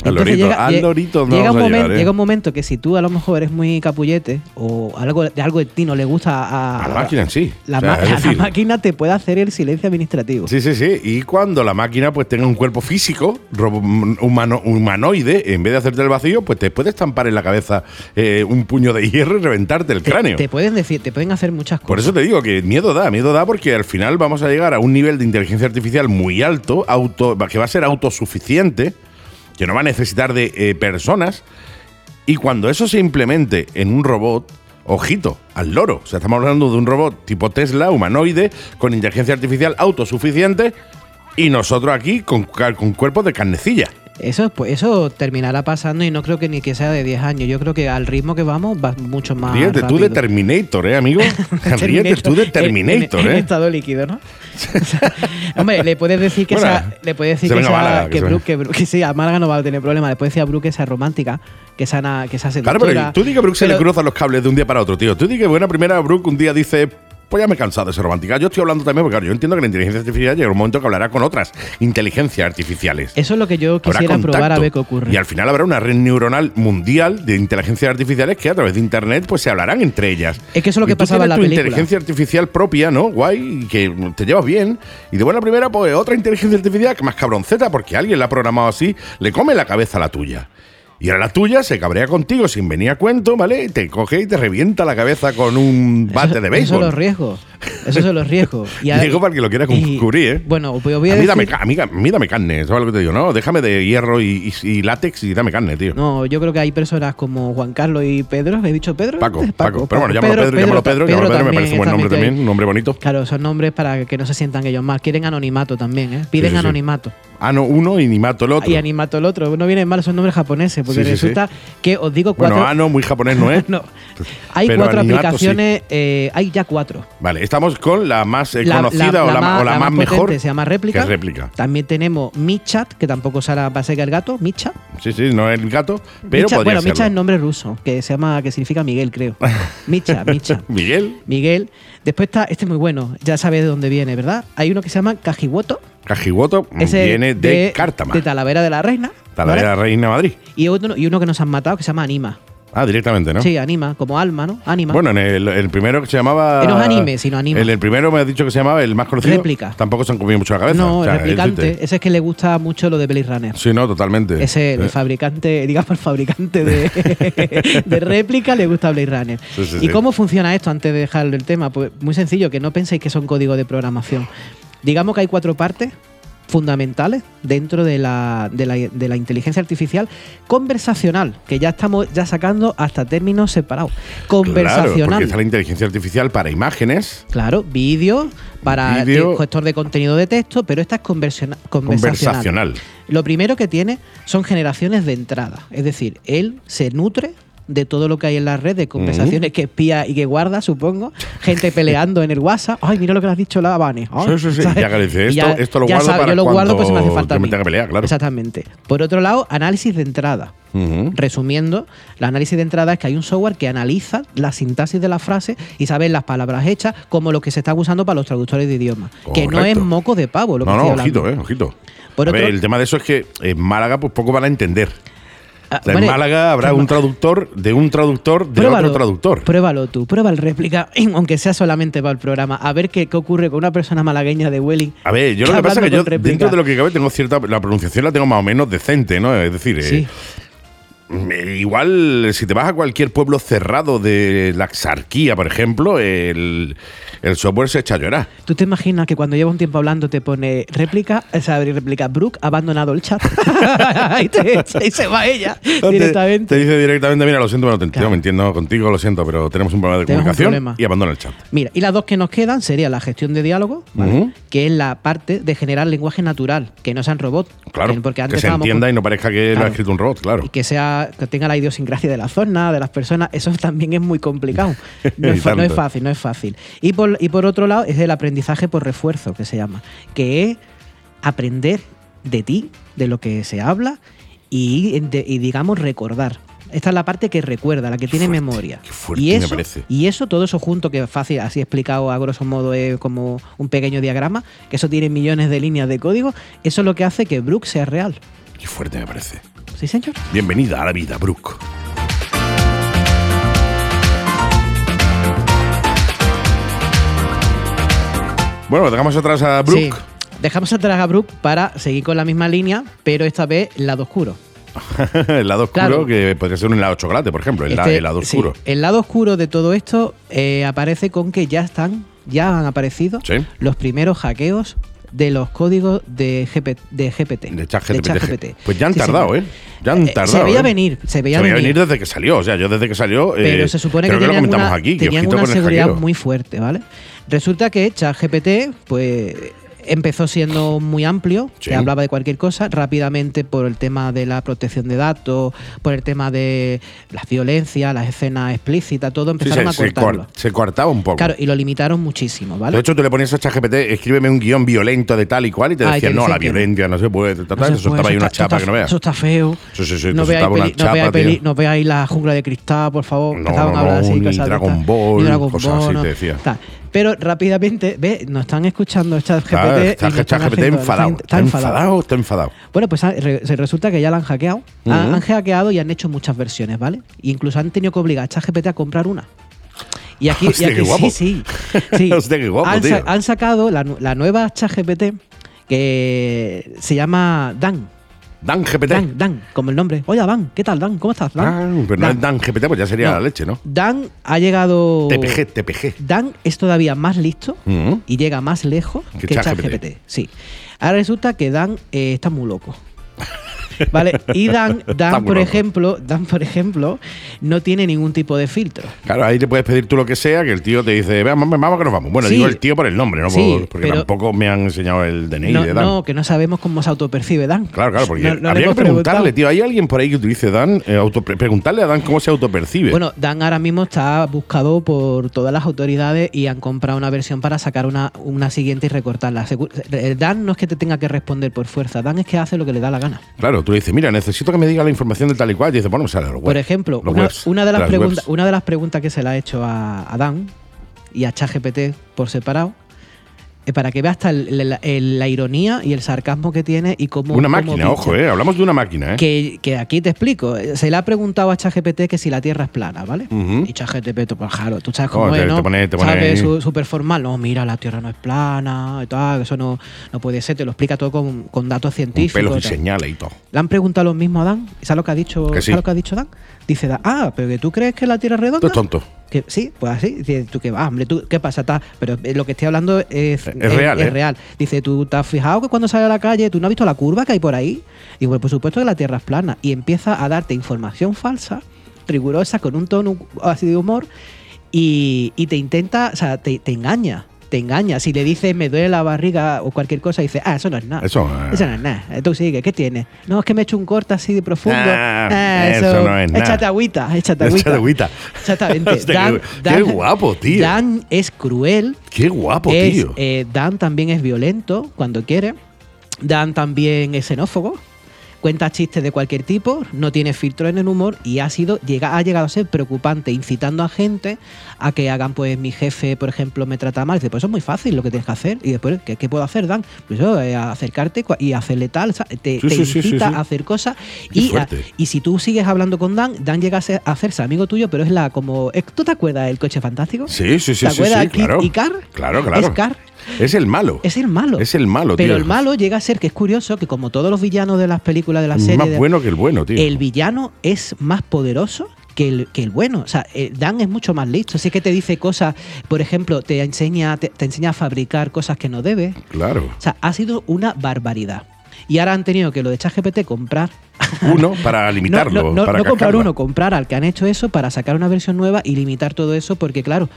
Speaker 2: Al
Speaker 3: Entonces
Speaker 2: lorito,
Speaker 3: llega,
Speaker 2: al
Speaker 3: lle-
Speaker 2: lorito no
Speaker 3: llega
Speaker 2: vamos
Speaker 3: un
Speaker 2: a
Speaker 3: momento,
Speaker 2: llegar, ¿eh?
Speaker 3: llega un momento que si tú a lo mejor eres muy capullete o algo de algo de ti no le gusta a,
Speaker 2: A la máquina en sí.
Speaker 3: Ah, la,
Speaker 2: O sea,
Speaker 3: ma-
Speaker 2: es
Speaker 3: la
Speaker 2: decir,
Speaker 3: máquina te puede hacer el silencio administrativo.
Speaker 2: Sí, sí, sí. Y cuando la máquina pues tenga un cuerpo físico, robo- humano, humanoide, en vez de hacerte el vacío, pues te puede estampar en la cabeza eh, un puño de hierro y reventarte el
Speaker 3: Te-
Speaker 2: cráneo.
Speaker 3: Te, pueden decir, te pueden hacer muchas cosas.
Speaker 2: Por eso te digo que miedo da, miedo da porque al final vamos a llegar a un nivel de inteligencia artificial muy alto, auto, que va a ser autosuficiente, que no va a necesitar de eh, personas. Y cuando eso se implemente en un robot, ojito, al loro. O sea, estamos hablando de un robot tipo Tesla, humanoide, con inteligencia artificial autosuficiente, y nosotros aquí con, ca- con cuerpos de carnecilla.
Speaker 3: Eso, pues, eso terminará pasando y no creo que ni que sea de 10 años. Yo creo que al ritmo que vamos va mucho más.
Speaker 2: Ríete tú de
Speaker 3: rápido.
Speaker 2: Terminator, ¿eh, amigo? Ríete tú de Terminator,
Speaker 3: En, en
Speaker 2: ¿eh?
Speaker 3: estado líquido, ¿no? O sea, hombre, le puedes decir que
Speaker 2: Bueno,
Speaker 3: sea, le puedes decir
Speaker 2: se
Speaker 3: que,
Speaker 2: venga
Speaker 3: sea-
Speaker 2: Málaga, que
Speaker 3: que
Speaker 2: se
Speaker 3: Brooke-
Speaker 2: venga.
Speaker 3: que Brooke- que sí, a Málaga no va a tener problema. Le puedes decir a Brooke que sea romántica, que sea, na- que sea
Speaker 2: Claro,
Speaker 3: seductora.
Speaker 2: pero tú di que Brooke se le
Speaker 3: Pero-
Speaker 2: cruzan los cables de un día para otro, tío. Tú di que buena primera Brooke un día dice, pues ya me he cansado de ser romántica. Yo estoy hablando también porque claro, yo entiendo que la inteligencia artificial llega un momento que hablará con otras inteligencias artificiales.
Speaker 3: Eso es lo que yo
Speaker 2: Habrá
Speaker 3: quisiera probar a
Speaker 2: contacto.
Speaker 3: ver qué ocurre.
Speaker 2: Y al final habrá una red neuronal mundial de inteligencias artificiales que a través de internet pues se hablarán entre ellas.
Speaker 3: Es que eso es lo
Speaker 2: Y
Speaker 3: que
Speaker 2: tú
Speaker 3: pasaba
Speaker 2: tienes
Speaker 3: en la
Speaker 2: tu
Speaker 3: película.
Speaker 2: inteligencia artificial propia, ¿no? Guay, y que te llevas bien. Y de buena primera, pues otra inteligencia artificial que más cabronceta, porque alguien la ha programado así, le come la cabeza a la tuya. Y ahora la tuya se cabrea contigo sin venir a cuento, ¿vale? Y te coge y te revienta la cabeza con un
Speaker 3: Eso-
Speaker 2: bate de
Speaker 3: Esos
Speaker 2: béisbol.
Speaker 3: son los riesgos. Esos son los riesgos. a-
Speaker 2: Diego, para el que lo quiera
Speaker 3: y-
Speaker 2: descubrir, ¿eh?
Speaker 3: Bueno, pues os voy a,
Speaker 2: A mí,
Speaker 3: decir-
Speaker 2: dame, ca- a mí ca- a mí dame carne, ¿sabes lo que te digo? No, déjame de hierro y, y- y látex y dame carne, tío.
Speaker 3: No, yo creo que hay personas como Juan Carlos y Pedro. ¿He dicho Pedro?
Speaker 2: Paco, Paco,
Speaker 3: antes?
Speaker 2: Pero bueno, llámalo Pedro, llámalo Pedro, llámalo Pedro, me parece un buen
Speaker 3: está
Speaker 2: nombre
Speaker 3: metido ahí.
Speaker 2: también, un nombre bonito.
Speaker 3: Claro, son nombres para que no se sientan ellos mal. Quieren anonimato también, ¿eh? Piden
Speaker 2: Sí, sí, sí.
Speaker 3: anonimato.
Speaker 2: Ah, no, uno y Nimato el otro.
Speaker 3: Y animato el otro. No vienen mal, son nombres japoneses. Porque
Speaker 2: Sí, sí, sí.
Speaker 3: resulta que os digo
Speaker 2: bueno,
Speaker 3: cuatro.
Speaker 2: Ano, muy japonés, ¿no ¿eh? es?
Speaker 3: No. Hay
Speaker 2: Pero
Speaker 3: cuatro
Speaker 2: animato sí.
Speaker 3: aplicaciones. eh, hay ya cuatro.
Speaker 2: Vale, estamos con la más eh,
Speaker 3: La- la-
Speaker 2: conocida o la, ma- o la más,
Speaker 3: potente
Speaker 2: mejor.
Speaker 3: se llama réplica.
Speaker 2: que es réplica.
Speaker 3: También tenemos MiChat, que tampoco será va a ser que el gato, MiChat.
Speaker 2: Sí, sí, no es el gato, pero
Speaker 3: Micha-
Speaker 2: podría
Speaker 3: bueno, Micha es
Speaker 2: serlo.
Speaker 3: nombre ruso, que se llama, que significa Miguel, creo. Micha, Micha.
Speaker 2: Miguel,
Speaker 3: Miguel. Después está, este es muy bueno, ya sabes de dónde viene, ¿verdad? Hay uno que se llama Cajiwoto.
Speaker 2: Cajiwoto,
Speaker 3: Ese
Speaker 2: viene de, Cártama,
Speaker 3: De Talavera de la Reina.
Speaker 2: Talavera
Speaker 3: ¿vale?
Speaker 2: Reina Madrid.
Speaker 3: Y, otro- y uno que nos han matado que se llama Anima.
Speaker 2: Ah, directamente, ¿no?
Speaker 3: Sí, Anima, como alma, ¿no? Anima.
Speaker 2: Bueno, en el, el primero que se llamaba.
Speaker 3: Que no es anime, sino anima.
Speaker 2: El, el primero me has dicho que se llamaba el más conocido.
Speaker 3: Réplica.
Speaker 2: Tampoco se han comido mucho la cabeza.
Speaker 3: no,
Speaker 2: O sea,
Speaker 3: el replicante.
Speaker 2: existe.
Speaker 3: ese es que le gusta mucho lo de Blade Runner.
Speaker 2: Sí, no, totalmente.
Speaker 3: Ese, el
Speaker 2: Eh,
Speaker 3: fabricante, digamos, el fabricante de, de réplica le gusta Blade Runner.
Speaker 2: Sí, sí,
Speaker 3: ¿Y
Speaker 2: sí.
Speaker 3: cómo funciona esto antes de dejar el tema? Pues muy sencillo, que no penséis que son códigos de programación. Digamos que hay cuatro partes fundamentales dentro de la, de la- de la inteligencia artificial conversacional, que ya estamos ya sacando hasta términos separados.
Speaker 2: Claro, porque
Speaker 3: Conversacional.
Speaker 2: está la inteligencia artificial para imágenes.
Speaker 3: Claro, vídeo para
Speaker 2: Vídeo.
Speaker 3: el gestor de contenido de texto, pero esta es conversiona- conversacional.
Speaker 2: Conversacional.
Speaker 3: Lo primero que tiene son generaciones de entrada. Es decir, él se nutre de todo lo que hay en la red, de conversaciones que espía y que guarda, supongo. Gente peleando en el WhatsApp. Ay, mira lo que le has dicho la Vane. Ay,
Speaker 2: Sí, sí, sí.
Speaker 3: ¿sabes?
Speaker 2: Ya que le dice,
Speaker 3: Y
Speaker 2: esto- esto lo guardo
Speaker 3: sabe,
Speaker 2: para
Speaker 3: Yo lo guardo pues si me hace
Speaker 2: cuando yo
Speaker 3: falta. a
Speaker 2: me
Speaker 3: mí.
Speaker 2: tenga que pelear, claro.
Speaker 3: Exactamente. Por otro lado, análisis de entrada.
Speaker 2: Ujú.
Speaker 3: Resumiendo, el análisis de entrada es que hay un software que analiza la sintaxis de la frase y sabe las palabras hechas como lo que se está usando para los traductores de idiomas. Que no es
Speaker 2: Correcto.
Speaker 3: moco de pavo lo que
Speaker 2: No, no,
Speaker 3: estoy hablando.
Speaker 2: ojito, eh, ojito.
Speaker 3: Por
Speaker 2: A ver,
Speaker 3: otro-
Speaker 2: el tema de eso es que en Málaga, pues poco van a entender.
Speaker 3: Ah,
Speaker 2: O sea,
Speaker 3: vale.
Speaker 2: en Málaga habrá un traductor de un traductor de otro traductor.
Speaker 3: Pruébalo tú, prueba el réplica, aunque sea solamente para el programa, a ver qué, qué ocurre con una persona malagueña de Welling.
Speaker 2: A ver, yo lo que pasa es que yo,
Speaker 3: hablando con réplica.
Speaker 2: dentro de lo que cabe, tengo cierta. La pronunciación la tengo más o menos decente, ¿no? Es decir, eh,
Speaker 3: Sí.
Speaker 2: eh, igual si te vas a cualquier pueblo cerrado de la exarquía, por ejemplo, el, el software se echa a llorar.
Speaker 3: ¿Tú te imaginas que cuando lleva un tiempo hablando te pone réplica, o sea, réplica, Brooke ha abandonado el chat? y, te echa y se va ella directamente.
Speaker 2: Te dice directamente, mira, lo siento, pero no te entiendo,
Speaker 3: Claro.
Speaker 2: me entiendo contigo, lo siento, pero tenemos un problema de
Speaker 3: Tenemos un
Speaker 2: comunicación
Speaker 3: problema.
Speaker 2: y abandona el chat.
Speaker 3: Mira, y las dos que nos quedan sería la gestión de diálogo, ¿vale?
Speaker 2: Ujú.
Speaker 3: que es la parte de generar lenguaje natural, que no sean robots. Eh,
Speaker 2: Claro,
Speaker 3: porque antes
Speaker 2: que se
Speaker 3: estábamos
Speaker 2: entienda
Speaker 3: con-
Speaker 2: y no parezca que lo ha
Speaker 3: Claro.
Speaker 2: escrito un robot, claro.
Speaker 3: y que sea que tenga la idiosincrasia de la zona, de las personas, eso también es muy complicado. No,
Speaker 2: Y
Speaker 3: es, fa- no es
Speaker 2: tanto.
Speaker 3: fácil, no es fácil. Y por, y por otro lado es el aprendizaje por refuerzo, que se llama, que es aprender de ti, de lo que se habla y, de- y, digamos recordar. Esta es la parte que recuerda, la que tiene
Speaker 2: fuerte,
Speaker 3: memoria.
Speaker 2: qué fuerte
Speaker 3: y
Speaker 2: me
Speaker 3: eso,
Speaker 2: parece.
Speaker 3: y eso, todo eso junto, que fácil, así explicado a grosso modo, es como un pequeño diagrama, que eso tiene millones de líneas de código, eso es lo que hace que Brooke sea real.
Speaker 2: Qué fuerte me parece.
Speaker 3: ¿Sí, señor?
Speaker 2: Bienvenida a la vida, Brooke. Bueno, dejamos atrás a Brooke.
Speaker 3: Sí. Dejamos atrás a Brooke para seguir con la misma línea, pero esta vez el lado oscuro.
Speaker 2: el lado oscuro,
Speaker 3: Claro.
Speaker 2: que podría ser un helado de chocolate, por ejemplo, el, Pues la-
Speaker 3: Este-
Speaker 2: el lado
Speaker 3: sí,
Speaker 2: oscuro.
Speaker 3: el lado oscuro de todo esto eh, aparece con que ya están, ya han aparecido
Speaker 2: Sí.
Speaker 3: los primeros hackeos de los códigos de, GP de GPT.
Speaker 2: De ChatGPT.
Speaker 3: de ChatGPT.
Speaker 2: Pues ya han
Speaker 3: Sí,
Speaker 2: tardado,
Speaker 3: señor.
Speaker 2: ¿eh? Ya han
Speaker 3: Eh,
Speaker 2: tardado.
Speaker 3: Se veía
Speaker 2: ¿eh?
Speaker 3: venir, se veía venir.
Speaker 2: desde que salió. O sea, yo desde que salió.
Speaker 3: Pero
Speaker 2: eh,
Speaker 3: se supone
Speaker 2: creo
Speaker 3: que
Speaker 2: lo
Speaker 3: tenían
Speaker 2: comentamos
Speaker 3: una,
Speaker 2: aquí, que
Speaker 3: tenían
Speaker 2: ojito
Speaker 3: una
Speaker 2: con el
Speaker 3: seguridad
Speaker 2: hackeo.
Speaker 3: muy fuerte, ¿vale? Resulta que ChatGPT, pues empezó siendo muy amplio,
Speaker 2: Sí.
Speaker 3: que hablaba de cualquier cosa, rápidamente por el tema de la protección de datos, por el tema de las violencias, las escenas explícitas, todo
Speaker 2: Sí,
Speaker 3: empezaron
Speaker 2: se,
Speaker 3: a
Speaker 2: se
Speaker 3: cortarlo.
Speaker 2: cor- se cortaba un poco.
Speaker 3: Claro, y lo limitaron muchísimo, ¿vale?
Speaker 2: De hecho, tú le ponías a ChatGPT, escríbeme un guión violento de tal y cual, y te
Speaker 3: Ah, y
Speaker 2: decía,
Speaker 3: te
Speaker 2: no,
Speaker 3: dice
Speaker 2: la
Speaker 3: que no".
Speaker 2: violencia no se puede. ta, ta,
Speaker 3: No
Speaker 2: ta,
Speaker 3: se
Speaker 2: te soltaba
Speaker 3: puede,
Speaker 2: ahí
Speaker 3: pues, eso
Speaker 2: una
Speaker 3: está-
Speaker 2: chapa
Speaker 3: eso
Speaker 2: que no
Speaker 3: está-
Speaker 2: veas.
Speaker 3: Eso está feo.
Speaker 2: Sí, sí, sí, te
Speaker 3: no veáis,
Speaker 2: soltaba una
Speaker 3: peli- no
Speaker 2: chapa,
Speaker 3: veáis peli-
Speaker 2: tío.
Speaker 3: no veáis la jungla de cristal, por favor.
Speaker 2: No,
Speaker 3: que estaban
Speaker 2: no,
Speaker 3: hablando
Speaker 2: no,
Speaker 3: así,
Speaker 2: ni
Speaker 3: cosas de
Speaker 2: Dragon
Speaker 3: estas.
Speaker 2: Ball,
Speaker 3: Ni Dragon
Speaker 2: cosas
Speaker 3: Ball,
Speaker 2: así
Speaker 3: no,
Speaker 2: te decía.
Speaker 3: tal. Pero rápidamente, ve, nos están escuchando estas GPT.
Speaker 2: Claro,
Speaker 3: y
Speaker 2: Está
Speaker 3: nos están
Speaker 2: ChatGPT
Speaker 3: haciendo-
Speaker 2: enfadado.
Speaker 3: están-
Speaker 2: Está
Speaker 3: están enfadados.
Speaker 2: enfadado, está enfadado.
Speaker 3: Bueno, pues ha- re- se resulta que ya la han hackeado. Ha- Han hackeado y han hecho muchas versiones, ¿vale? E incluso han tenido que obligar a ChatGPT a comprar una. Y aquí, y
Speaker 2: Hostia, qué
Speaker 3: aquí-
Speaker 2: guapo.
Speaker 3: sí, sí. sí.
Speaker 2: Hostia, qué guapo,
Speaker 3: han, sa-
Speaker 2: tío.
Speaker 3: han sacado la, nu- la nueva ChatGPT que se llama Dan.
Speaker 2: Dan GPT.
Speaker 3: Dan, Dan, como el nombre. Oye, Dan, ¿qué tal, Dan? ¿Cómo estás, Dan?
Speaker 2: Ah, pero no es Dan GPT, pues ya sería
Speaker 3: No.
Speaker 2: la leche, ¿no?
Speaker 3: Dan ha llegado.
Speaker 2: TPG, TPG.
Speaker 3: Dan es todavía más listo
Speaker 2: Ujú.
Speaker 3: y llega más lejos
Speaker 2: Mm. Que
Speaker 3: que ChatGPT.
Speaker 2: ChatGPT.
Speaker 3: Sí. Ahora resulta que Dan eh, está muy loco. Vale, y Dan,
Speaker 2: Está
Speaker 3: Dan
Speaker 2: muy
Speaker 3: por
Speaker 2: loco.
Speaker 3: ejemplo, Dan, por ejemplo, no tiene ningún tipo de filtro.
Speaker 2: Claro, ahí te puedes pedir tú lo que sea, que el tío te dice, vamos, vamos que nos vamos. Bueno,
Speaker 3: Sí.
Speaker 2: digo el tío por el nombre, no
Speaker 3: Sí,
Speaker 2: por- porque
Speaker 3: pero-
Speaker 2: tampoco me han enseñado el DNI
Speaker 3: No,
Speaker 2: de Dan.
Speaker 3: no, que no sabemos cómo se autopercibe Dan.
Speaker 2: Claro, claro, porque
Speaker 3: No- no le
Speaker 2: habría que
Speaker 3: hemos
Speaker 2: preguntarle,
Speaker 3: preguntado.
Speaker 2: tío. ¿Hay alguien por ahí que utilice Dan? eh, auto- pre- preguntarle a Dan cómo se autopercibe.
Speaker 3: Bueno, Dan ahora mismo está buscado por todas las autoridades y han comprado una versión para sacar una, una siguiente y recortarla. Segu- eh, Dan no es que te tenga que responder por fuerza, Dan es que hace lo que le da la gana.
Speaker 2: claro, tú le dices, mira, necesito que me diga la información de tal y cual. Y dice, bueno, me sale los
Speaker 3: Por
Speaker 2: webs,
Speaker 3: ejemplo,
Speaker 2: los
Speaker 3: una,
Speaker 2: webs,
Speaker 3: una de las preguntas,
Speaker 2: webs.
Speaker 3: una de las preguntas que se le ha hecho a, a Dan y a ChatGPT por separado, eh, para que vea hasta el- el- el- la ironía y el sarcasmo que tiene y cómo.
Speaker 2: Una
Speaker 3: cómo
Speaker 2: máquina,
Speaker 3: pincha.
Speaker 2: ojo, eh. Hablamos de una máquina, eh.
Speaker 3: Que, que aquí te explico. eh, Se le ha preguntado a ChatGPT que si la Tierra es plana, ¿vale?
Speaker 2: Ujú.
Speaker 3: Y ChatGPT, tú, pues claro, tú sabes cómo
Speaker 2: Oh, te-
Speaker 3: es, ¿no?
Speaker 2: te pone- te pone ahí.
Speaker 3: ¿Sabes? Su- Súper formal. No, mira, la Tierra no es plana y tal, eso no, no puede ser. Te lo explica todo con, con datos
Speaker 2: Con
Speaker 3: científicos.
Speaker 2: pelos y
Speaker 3: tal.
Speaker 2: señales y todo.
Speaker 3: Le han preguntado lo mismo a Dan. ¿Sabes lo que ha dicho,
Speaker 2: Que sí.
Speaker 3: ¿sabes lo que ha dicho Dan? Dice Dan, ah, pero que tú crees que la Tierra es redonda.
Speaker 2: Esto es tonto.
Speaker 3: Que, sí, pues así. Dice, tú que vas, hombre, tú, ¿qué pasa? Ta- pero eh, lo que estoy hablando es, es,
Speaker 2: real, ¿eh?
Speaker 3: real. Dice, ¿tú te has fijado que cuando sale a la calle tú no has visto la curva que hay por ahí? Y bueno, por supuesto que la Tierra es plana. Y empieza a darte información falsa, rigurosa, con un tono así de humor, y, y te intenta, o sea, te, te engaña. Te engaña. Si le dices me duele la barriga o cualquier cosa, dice, ah, eso no es nada.
Speaker 2: Eso, eh.
Speaker 3: Eso no es nada. Tú sigue, ¿qué tienes? No, es que me he hecho un corte así de profundo.
Speaker 2: Ah, eso no es nada.
Speaker 3: Échate agüita, échate agüita.
Speaker 2: Échate agüita.
Speaker 3: Exactamente.
Speaker 2: Hostia,
Speaker 3: Dan-
Speaker 2: qué- qué
Speaker 3: Dan-
Speaker 2: guapo, tío.
Speaker 3: Dan es cruel.
Speaker 2: Qué guapo,
Speaker 3: es,
Speaker 2: tío.
Speaker 3: eh, Dan también es violento cuando quiere. Dan también es xenófobo. Cuenta chistes de cualquier tipo, no tiene filtro en el humor y ha sido llega, ha llegado a ser preocupante, incitando a gente a que hagan, pues mi jefe, por ejemplo, me trata mal. Dice, pues eso es muy fácil lo que tienes que hacer. Y después, ¿qué, qué puedo hacer, Dan? Pues eso, eh, acercarte cua- y hacerle tal. o sea, Te,
Speaker 2: Sí,
Speaker 3: te
Speaker 2: sí, sí, sí,
Speaker 3: incita
Speaker 2: sí.
Speaker 3: a hacer cosas.
Speaker 2: Qué
Speaker 3: Y, a-
Speaker 2: fuerte.
Speaker 3: y si tú sigues hablando con Dan, Dan llega a, ser- a hacerse amigo tuyo, pero es la como. eh, ¿Tú te acuerdas del coche fantástico?
Speaker 2: Sí, sí, sí,
Speaker 3: ¿Te
Speaker 2: sí,
Speaker 3: acuerdas
Speaker 2: sí,
Speaker 3: de Kid
Speaker 2: claro.
Speaker 3: y Car?
Speaker 2: Claro, claro.
Speaker 3: Es Car.
Speaker 2: Es el malo.
Speaker 3: Es el malo.
Speaker 2: Es el malo,
Speaker 3: Pero
Speaker 2: tío.
Speaker 3: el malo llega a ser que es curioso que, como todos los villanos de las películas de la
Speaker 2: Es
Speaker 3: serie,
Speaker 2: más
Speaker 3: de-
Speaker 2: bueno que el bueno, tío.
Speaker 3: el villano es más poderoso que el, que el bueno. O sea, eh, Dan es mucho más listo. Así que te dice cosas, por ejemplo, te enseña, te, te enseña a fabricar cosas que no debes.
Speaker 2: Claro.
Speaker 3: O sea, ha sido una barbaridad. Y ahora han tenido que lo de ChatGPT comprar.
Speaker 2: Uno para limitarlo.
Speaker 3: No, no, no,
Speaker 2: para
Speaker 3: no comprar
Speaker 2: cascarla.
Speaker 3: uno, comprar al que han hecho eso para sacar una versión nueva y limitar todo eso, porque claro,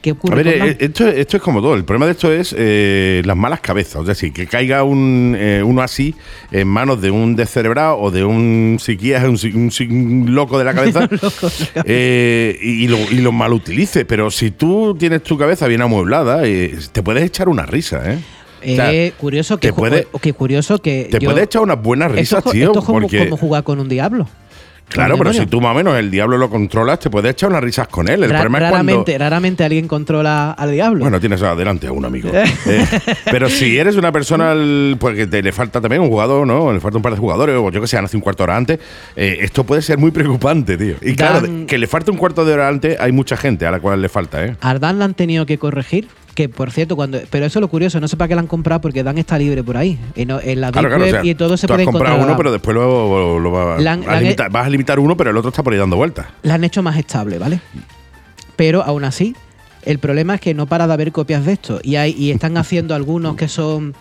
Speaker 3: ¿qué ocurre?
Speaker 2: A ver,
Speaker 3: con Dan?
Speaker 2: eh, esto, esto es como todo. El problema de esto es eh, las malas cabezas. Es decir, que caiga un, eh, uno así en manos de un descerebrado o de un psiquiatra, un, psi- un psi- un loco de la cabeza, eh, y, y lo, y lo malutilice. Pero si tú tienes tu cabeza bien amueblada, eh, te puedes echar una risa, ¿eh? O sea,
Speaker 3: Eh, curioso que,
Speaker 2: te puede-
Speaker 3: o- que curioso que
Speaker 2: te
Speaker 3: yo-
Speaker 2: puedes echar unas buenas
Speaker 3: esto,
Speaker 2: risas,
Speaker 3: es co-
Speaker 2: tío.
Speaker 3: esto es como,
Speaker 2: porque...
Speaker 3: como jugar con un diablo.
Speaker 2: Claro,
Speaker 3: Con
Speaker 2: pero
Speaker 3: demonios.
Speaker 2: si tú más o menos el diablo lo controlas, te puedes echar unas risas con él. El
Speaker 3: Ra-
Speaker 2: problema es cuando-
Speaker 3: raramente, raramente alguien controla al diablo.
Speaker 2: Bueno, tienes adelante a un amigo. Eh, pero si eres una persona al- pues que te, le falta también un jugador, ¿no? Le falta un par de jugadores, o yo que sé, han nacido un cuarto de hora antes, eh, esto puede ser muy preocupante, tío. Y claro,
Speaker 3: Dan-
Speaker 2: de- que le falta un cuarto de hora antes, hay mucha gente a la cual le falta, ¿eh?
Speaker 3: A Dan la han tenido que corregir. Que por cierto, cuando. Pero eso es lo curioso, no sé para qué la han comprado porque Dan está libre por ahí. Y no- en la
Speaker 2: Claro, claro.
Speaker 3: Deep
Speaker 2: o
Speaker 3: Web
Speaker 2: sea,
Speaker 3: y todo se
Speaker 2: tú has
Speaker 3: puede
Speaker 2: comprado
Speaker 3: encontrar. a
Speaker 2: uno,
Speaker 3: Dan.
Speaker 2: pero después lo, lo va-
Speaker 3: La han-
Speaker 2: a
Speaker 3: la han-
Speaker 2: limitar- vas a limitar uno, pero el otro está por ahí dando vueltas.
Speaker 3: La han hecho más estable, ¿vale? Pero aún así, el problema es que no para de haber copias de esto. Y, hay, y están haciendo algunos que son,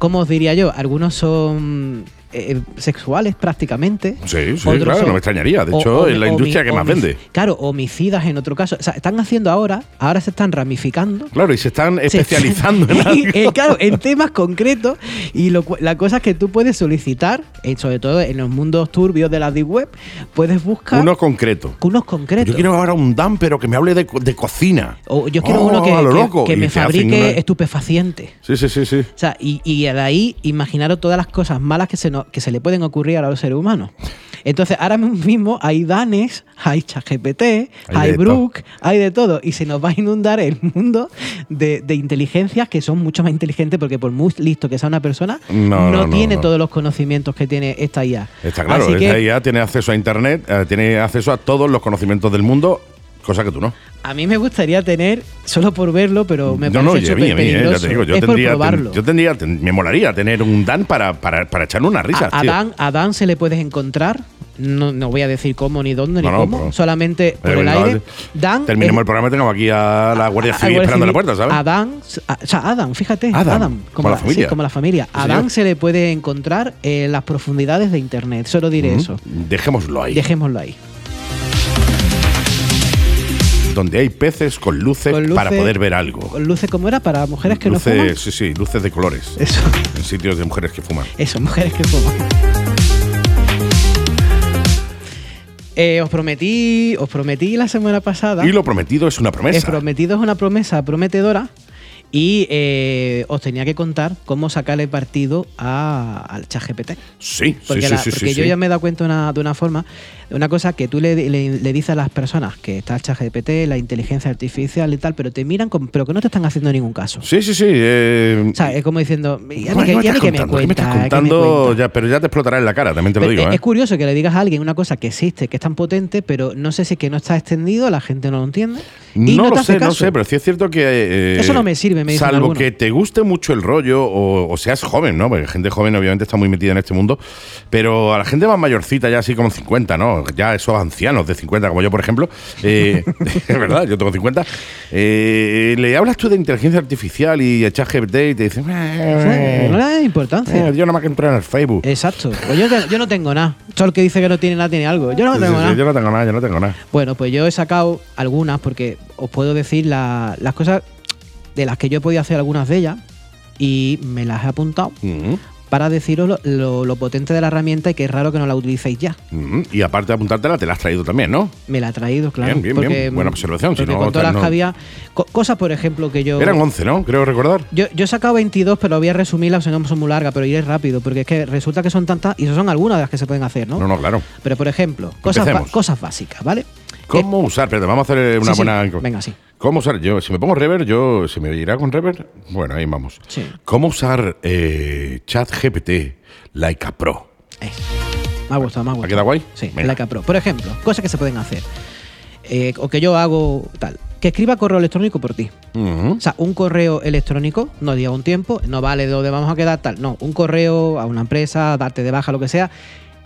Speaker 3: ¿cómo os diría yo? Algunos son eh, sexuales prácticamente.
Speaker 2: Sí, sí,
Speaker 3: Otros
Speaker 2: claro,
Speaker 3: son-
Speaker 2: no me extrañaría. De
Speaker 3: o-
Speaker 2: hecho,
Speaker 3: o-
Speaker 2: es la
Speaker 3: o-
Speaker 2: industria
Speaker 3: homi-
Speaker 2: que más
Speaker 3: homic-
Speaker 2: vende.
Speaker 3: Claro, homicidas en otro caso. O sea, están haciendo ahora, ahora se están ramificando.
Speaker 2: Claro, y se están
Speaker 3: Se-
Speaker 2: especializando en algo.
Speaker 3: Eh, claro, en temas concretos. Y lo cu- la cosa es que tú puedes solicitar, eh, sobre todo en los mundos turbios de la Deep Web, puedes buscar
Speaker 2: Uno concreto.
Speaker 3: unos concretos.
Speaker 2: Yo quiero ahora un DAM, pero que me hable de, co- de cocina.
Speaker 3: O yo quiero
Speaker 2: Oh,
Speaker 3: uno que,
Speaker 2: a lo
Speaker 3: que-
Speaker 2: loco.
Speaker 3: que
Speaker 2: Y
Speaker 3: me
Speaker 2: te hacen
Speaker 3: fabrique
Speaker 2: una-
Speaker 3: estupefacientes.
Speaker 2: Sí, sí, sí, sí.
Speaker 3: O sea, y, y de ahí imaginaros todas las cosas malas que se, nos- que se le pueden ocurrir a los seres humanos. Entonces, ahora mismo hay Danes, hay ChatGPT, hay,
Speaker 2: de
Speaker 3: Brook, hay de todo. Y se nos va a inundar el mundo de, de inteligencias que son mucho más inteligentes porque por muy listo que sea una persona,
Speaker 2: No,
Speaker 3: no,
Speaker 2: no, no,
Speaker 3: tiene
Speaker 2: no.
Speaker 3: todos los conocimientos que tiene esta IA.
Speaker 2: Está claro,
Speaker 3: Así
Speaker 2: esta
Speaker 3: que
Speaker 2: IA tiene acceso a internet, eh, tiene acceso a todos los conocimientos del mundo, cosa que tú no.
Speaker 3: a mí me gustaría tener, solo por verlo, pero me
Speaker 2: yo
Speaker 3: parece
Speaker 2: no, oye, a mí, a mí, eh, ya te
Speaker 3: superpeligroso.
Speaker 2: digo, yo
Speaker 3: es
Speaker 2: tendría,
Speaker 3: por
Speaker 2: ten-
Speaker 3: probarlo.
Speaker 2: yo tendría, ten- me molaría tener un Dan para, para, para echarle unas risas,
Speaker 3: A, a
Speaker 2: tío. Eh,
Speaker 3: Dan, a Dan se le puedes encontrar. No, no voy a decir cómo, ni dónde,
Speaker 2: No,
Speaker 3: ni
Speaker 2: no,
Speaker 3: cómo.
Speaker 2: pero-
Speaker 3: solamente por
Speaker 2: Eh,
Speaker 3: el
Speaker 2: venga,
Speaker 3: aire.
Speaker 2: vale.
Speaker 3: Dan.
Speaker 2: Terminemos
Speaker 3: es-
Speaker 2: el programa, tengo aquí a la Guardia
Speaker 3: a-
Speaker 2: Civil
Speaker 3: a-
Speaker 2: esperando en la
Speaker 3: Guardia
Speaker 2: puerta,
Speaker 3: Civil.
Speaker 2: ¿sabes?
Speaker 3: A Dan. a- o sea, Adam, fíjate.
Speaker 2: Adam,
Speaker 3: Adam.
Speaker 2: como la familia.
Speaker 3: sí, como la familia. a
Speaker 2: señor.
Speaker 3: Dan se le puede encontrar en las profundidades de Internet. Solo diré eso.
Speaker 2: Mm, Dejémoslo ahí.
Speaker 3: Dejémoslo ahí.
Speaker 2: donde hay peces con luces,
Speaker 3: Con luces-
Speaker 2: para poder ver algo.
Speaker 3: Con luces como era para mujeres que no fuman.
Speaker 2: Luces, sí, sí, luces de colores.
Speaker 3: Eso,
Speaker 2: En sitios de mujeres que fuman.
Speaker 3: eso, mujeres que fuman. Eh, os prometí, os prometí la semana pasada.
Speaker 2: Y lo prometido es una promesa.
Speaker 3: El prometido es una promesa prometedora y eh, os tenía que contar cómo sacarle partido a- al ChatGPT.
Speaker 2: sí, sí,
Speaker 3: Porque,
Speaker 2: sí,
Speaker 3: la-
Speaker 2: sí, sí,
Speaker 3: porque
Speaker 2: sí.
Speaker 3: yo ya me he dado cuenta una- de una forma, de una cosa que tú le, le- le dices a las personas que está el ChatGPT, la inteligencia artificial y tal, pero te miran, con, pero que no te están haciendo ningún caso.
Speaker 2: Sí, sí, sí. eh,
Speaker 3: O sea, es como diciendo,
Speaker 2: ¿qué
Speaker 3: ya
Speaker 2: más-
Speaker 3: ni
Speaker 2: qué
Speaker 3: que,
Speaker 2: me
Speaker 3: ya ni
Speaker 2: estás
Speaker 3: que me
Speaker 2: contando? ¿Qué me estás
Speaker 3: cuenta, ya que me
Speaker 2: contando?
Speaker 3: cuenta.
Speaker 2: Ya, pero ya te explotará en la cara, también te lo
Speaker 3: Pero
Speaker 2: digo.
Speaker 3: es,
Speaker 2: ¿eh?
Speaker 3: es curioso que le digas a alguien una cosa que existe, que es tan potente, pero no sé si es que no está extendido, la gente no lo entiende. Y no,
Speaker 2: No,
Speaker 3: te
Speaker 2: lo
Speaker 3: hace
Speaker 2: sé, no
Speaker 3: caso.
Speaker 2: sé, pero sí es cierto que. eh,
Speaker 3: Eso no me sirve, me dicen
Speaker 2: Salvo
Speaker 3: algunos.
Speaker 2: que te guste mucho el rollo o, o seas joven, ¿no? Porque gente joven, obviamente, está muy metida en este mundo. Pero a la gente más mayorcita, ya así como 50, ¿no? Ya esos ancianos de 50, como yo, por ejemplo. eh, es verdad, yo tengo 50. eh, le hablas tú de inteligencia artificial y echas GPT y te dicen.
Speaker 3: O sea, No le das importancia.
Speaker 2: "Eh, yo nada más que entrar en el Facebook.
Speaker 3: Exacto. Pues yo, te- yo no tengo nada. Todo el que dice que no tiene nada tiene algo. Yo no
Speaker 2: Sí, sí,
Speaker 3: tengo
Speaker 2: sí,
Speaker 3: nada.
Speaker 2: yo no tengo nada, yo no tengo nada.
Speaker 3: Bueno, pues yo he sacado algunas porque os puedo decir la- las cosas de las que yo he podido hacer algunas de ellas y me las he apuntado
Speaker 2: Mm,
Speaker 3: para deciros lo, lo- lo potente de la herramienta y que es raro que no la utilicéis ya.
Speaker 2: mm. Y aparte de apuntártela, te la has traído también, ¿no?
Speaker 3: Me la ha traído, claro.
Speaker 2: Bien, bien,
Speaker 3: porque,
Speaker 2: bien. Buena
Speaker 3: mm,
Speaker 2: observación, si
Speaker 3: porque
Speaker 2: no,
Speaker 3: con todas
Speaker 2: tal,
Speaker 3: las
Speaker 2: no.
Speaker 3: que había. co- cosas, por ejemplo, que yo.
Speaker 2: Eran 11, ¿no? Creo recordar.
Speaker 3: Yo, yo he sacado 22, pero voy a resumirlas, porque no son muy largas, pero iré rápido, porque es que resulta que son tantas, y esas son algunas de las que se pueden hacer, ¿no?
Speaker 2: No, no, claro.
Speaker 3: Pero, por ejemplo, cosas, ba-
Speaker 2: Empecemos.
Speaker 3: cosas básicas, ¿vale?
Speaker 2: ¿Cómo usar? Espérate, vamos a hacer una
Speaker 3: Eh, Sí, sí.
Speaker 2: buena.
Speaker 3: Venga, sí.
Speaker 2: ¿Cómo usar? Yo, si me pongo rever, yo. ¿Se me irá con rever? Bueno, ahí vamos.
Speaker 3: Sí.
Speaker 2: ¿Cómo usar eh, ChatGPT Laika Pro?
Speaker 3: Eh, me ha gustado, me ha gustado.
Speaker 2: quedado guay?
Speaker 3: Sí,
Speaker 2: Venga.
Speaker 3: Leica Pro. Por ejemplo, cosas que se pueden hacer, eh, o que yo hago tal, que escriba correo electrónico por ti.
Speaker 2: Ujú.
Speaker 3: O sea, un correo electrónico no lleva un tiempo, no vale de dónde vamos a quedar, tal. No, un correo a una empresa, darte de baja, lo que sea.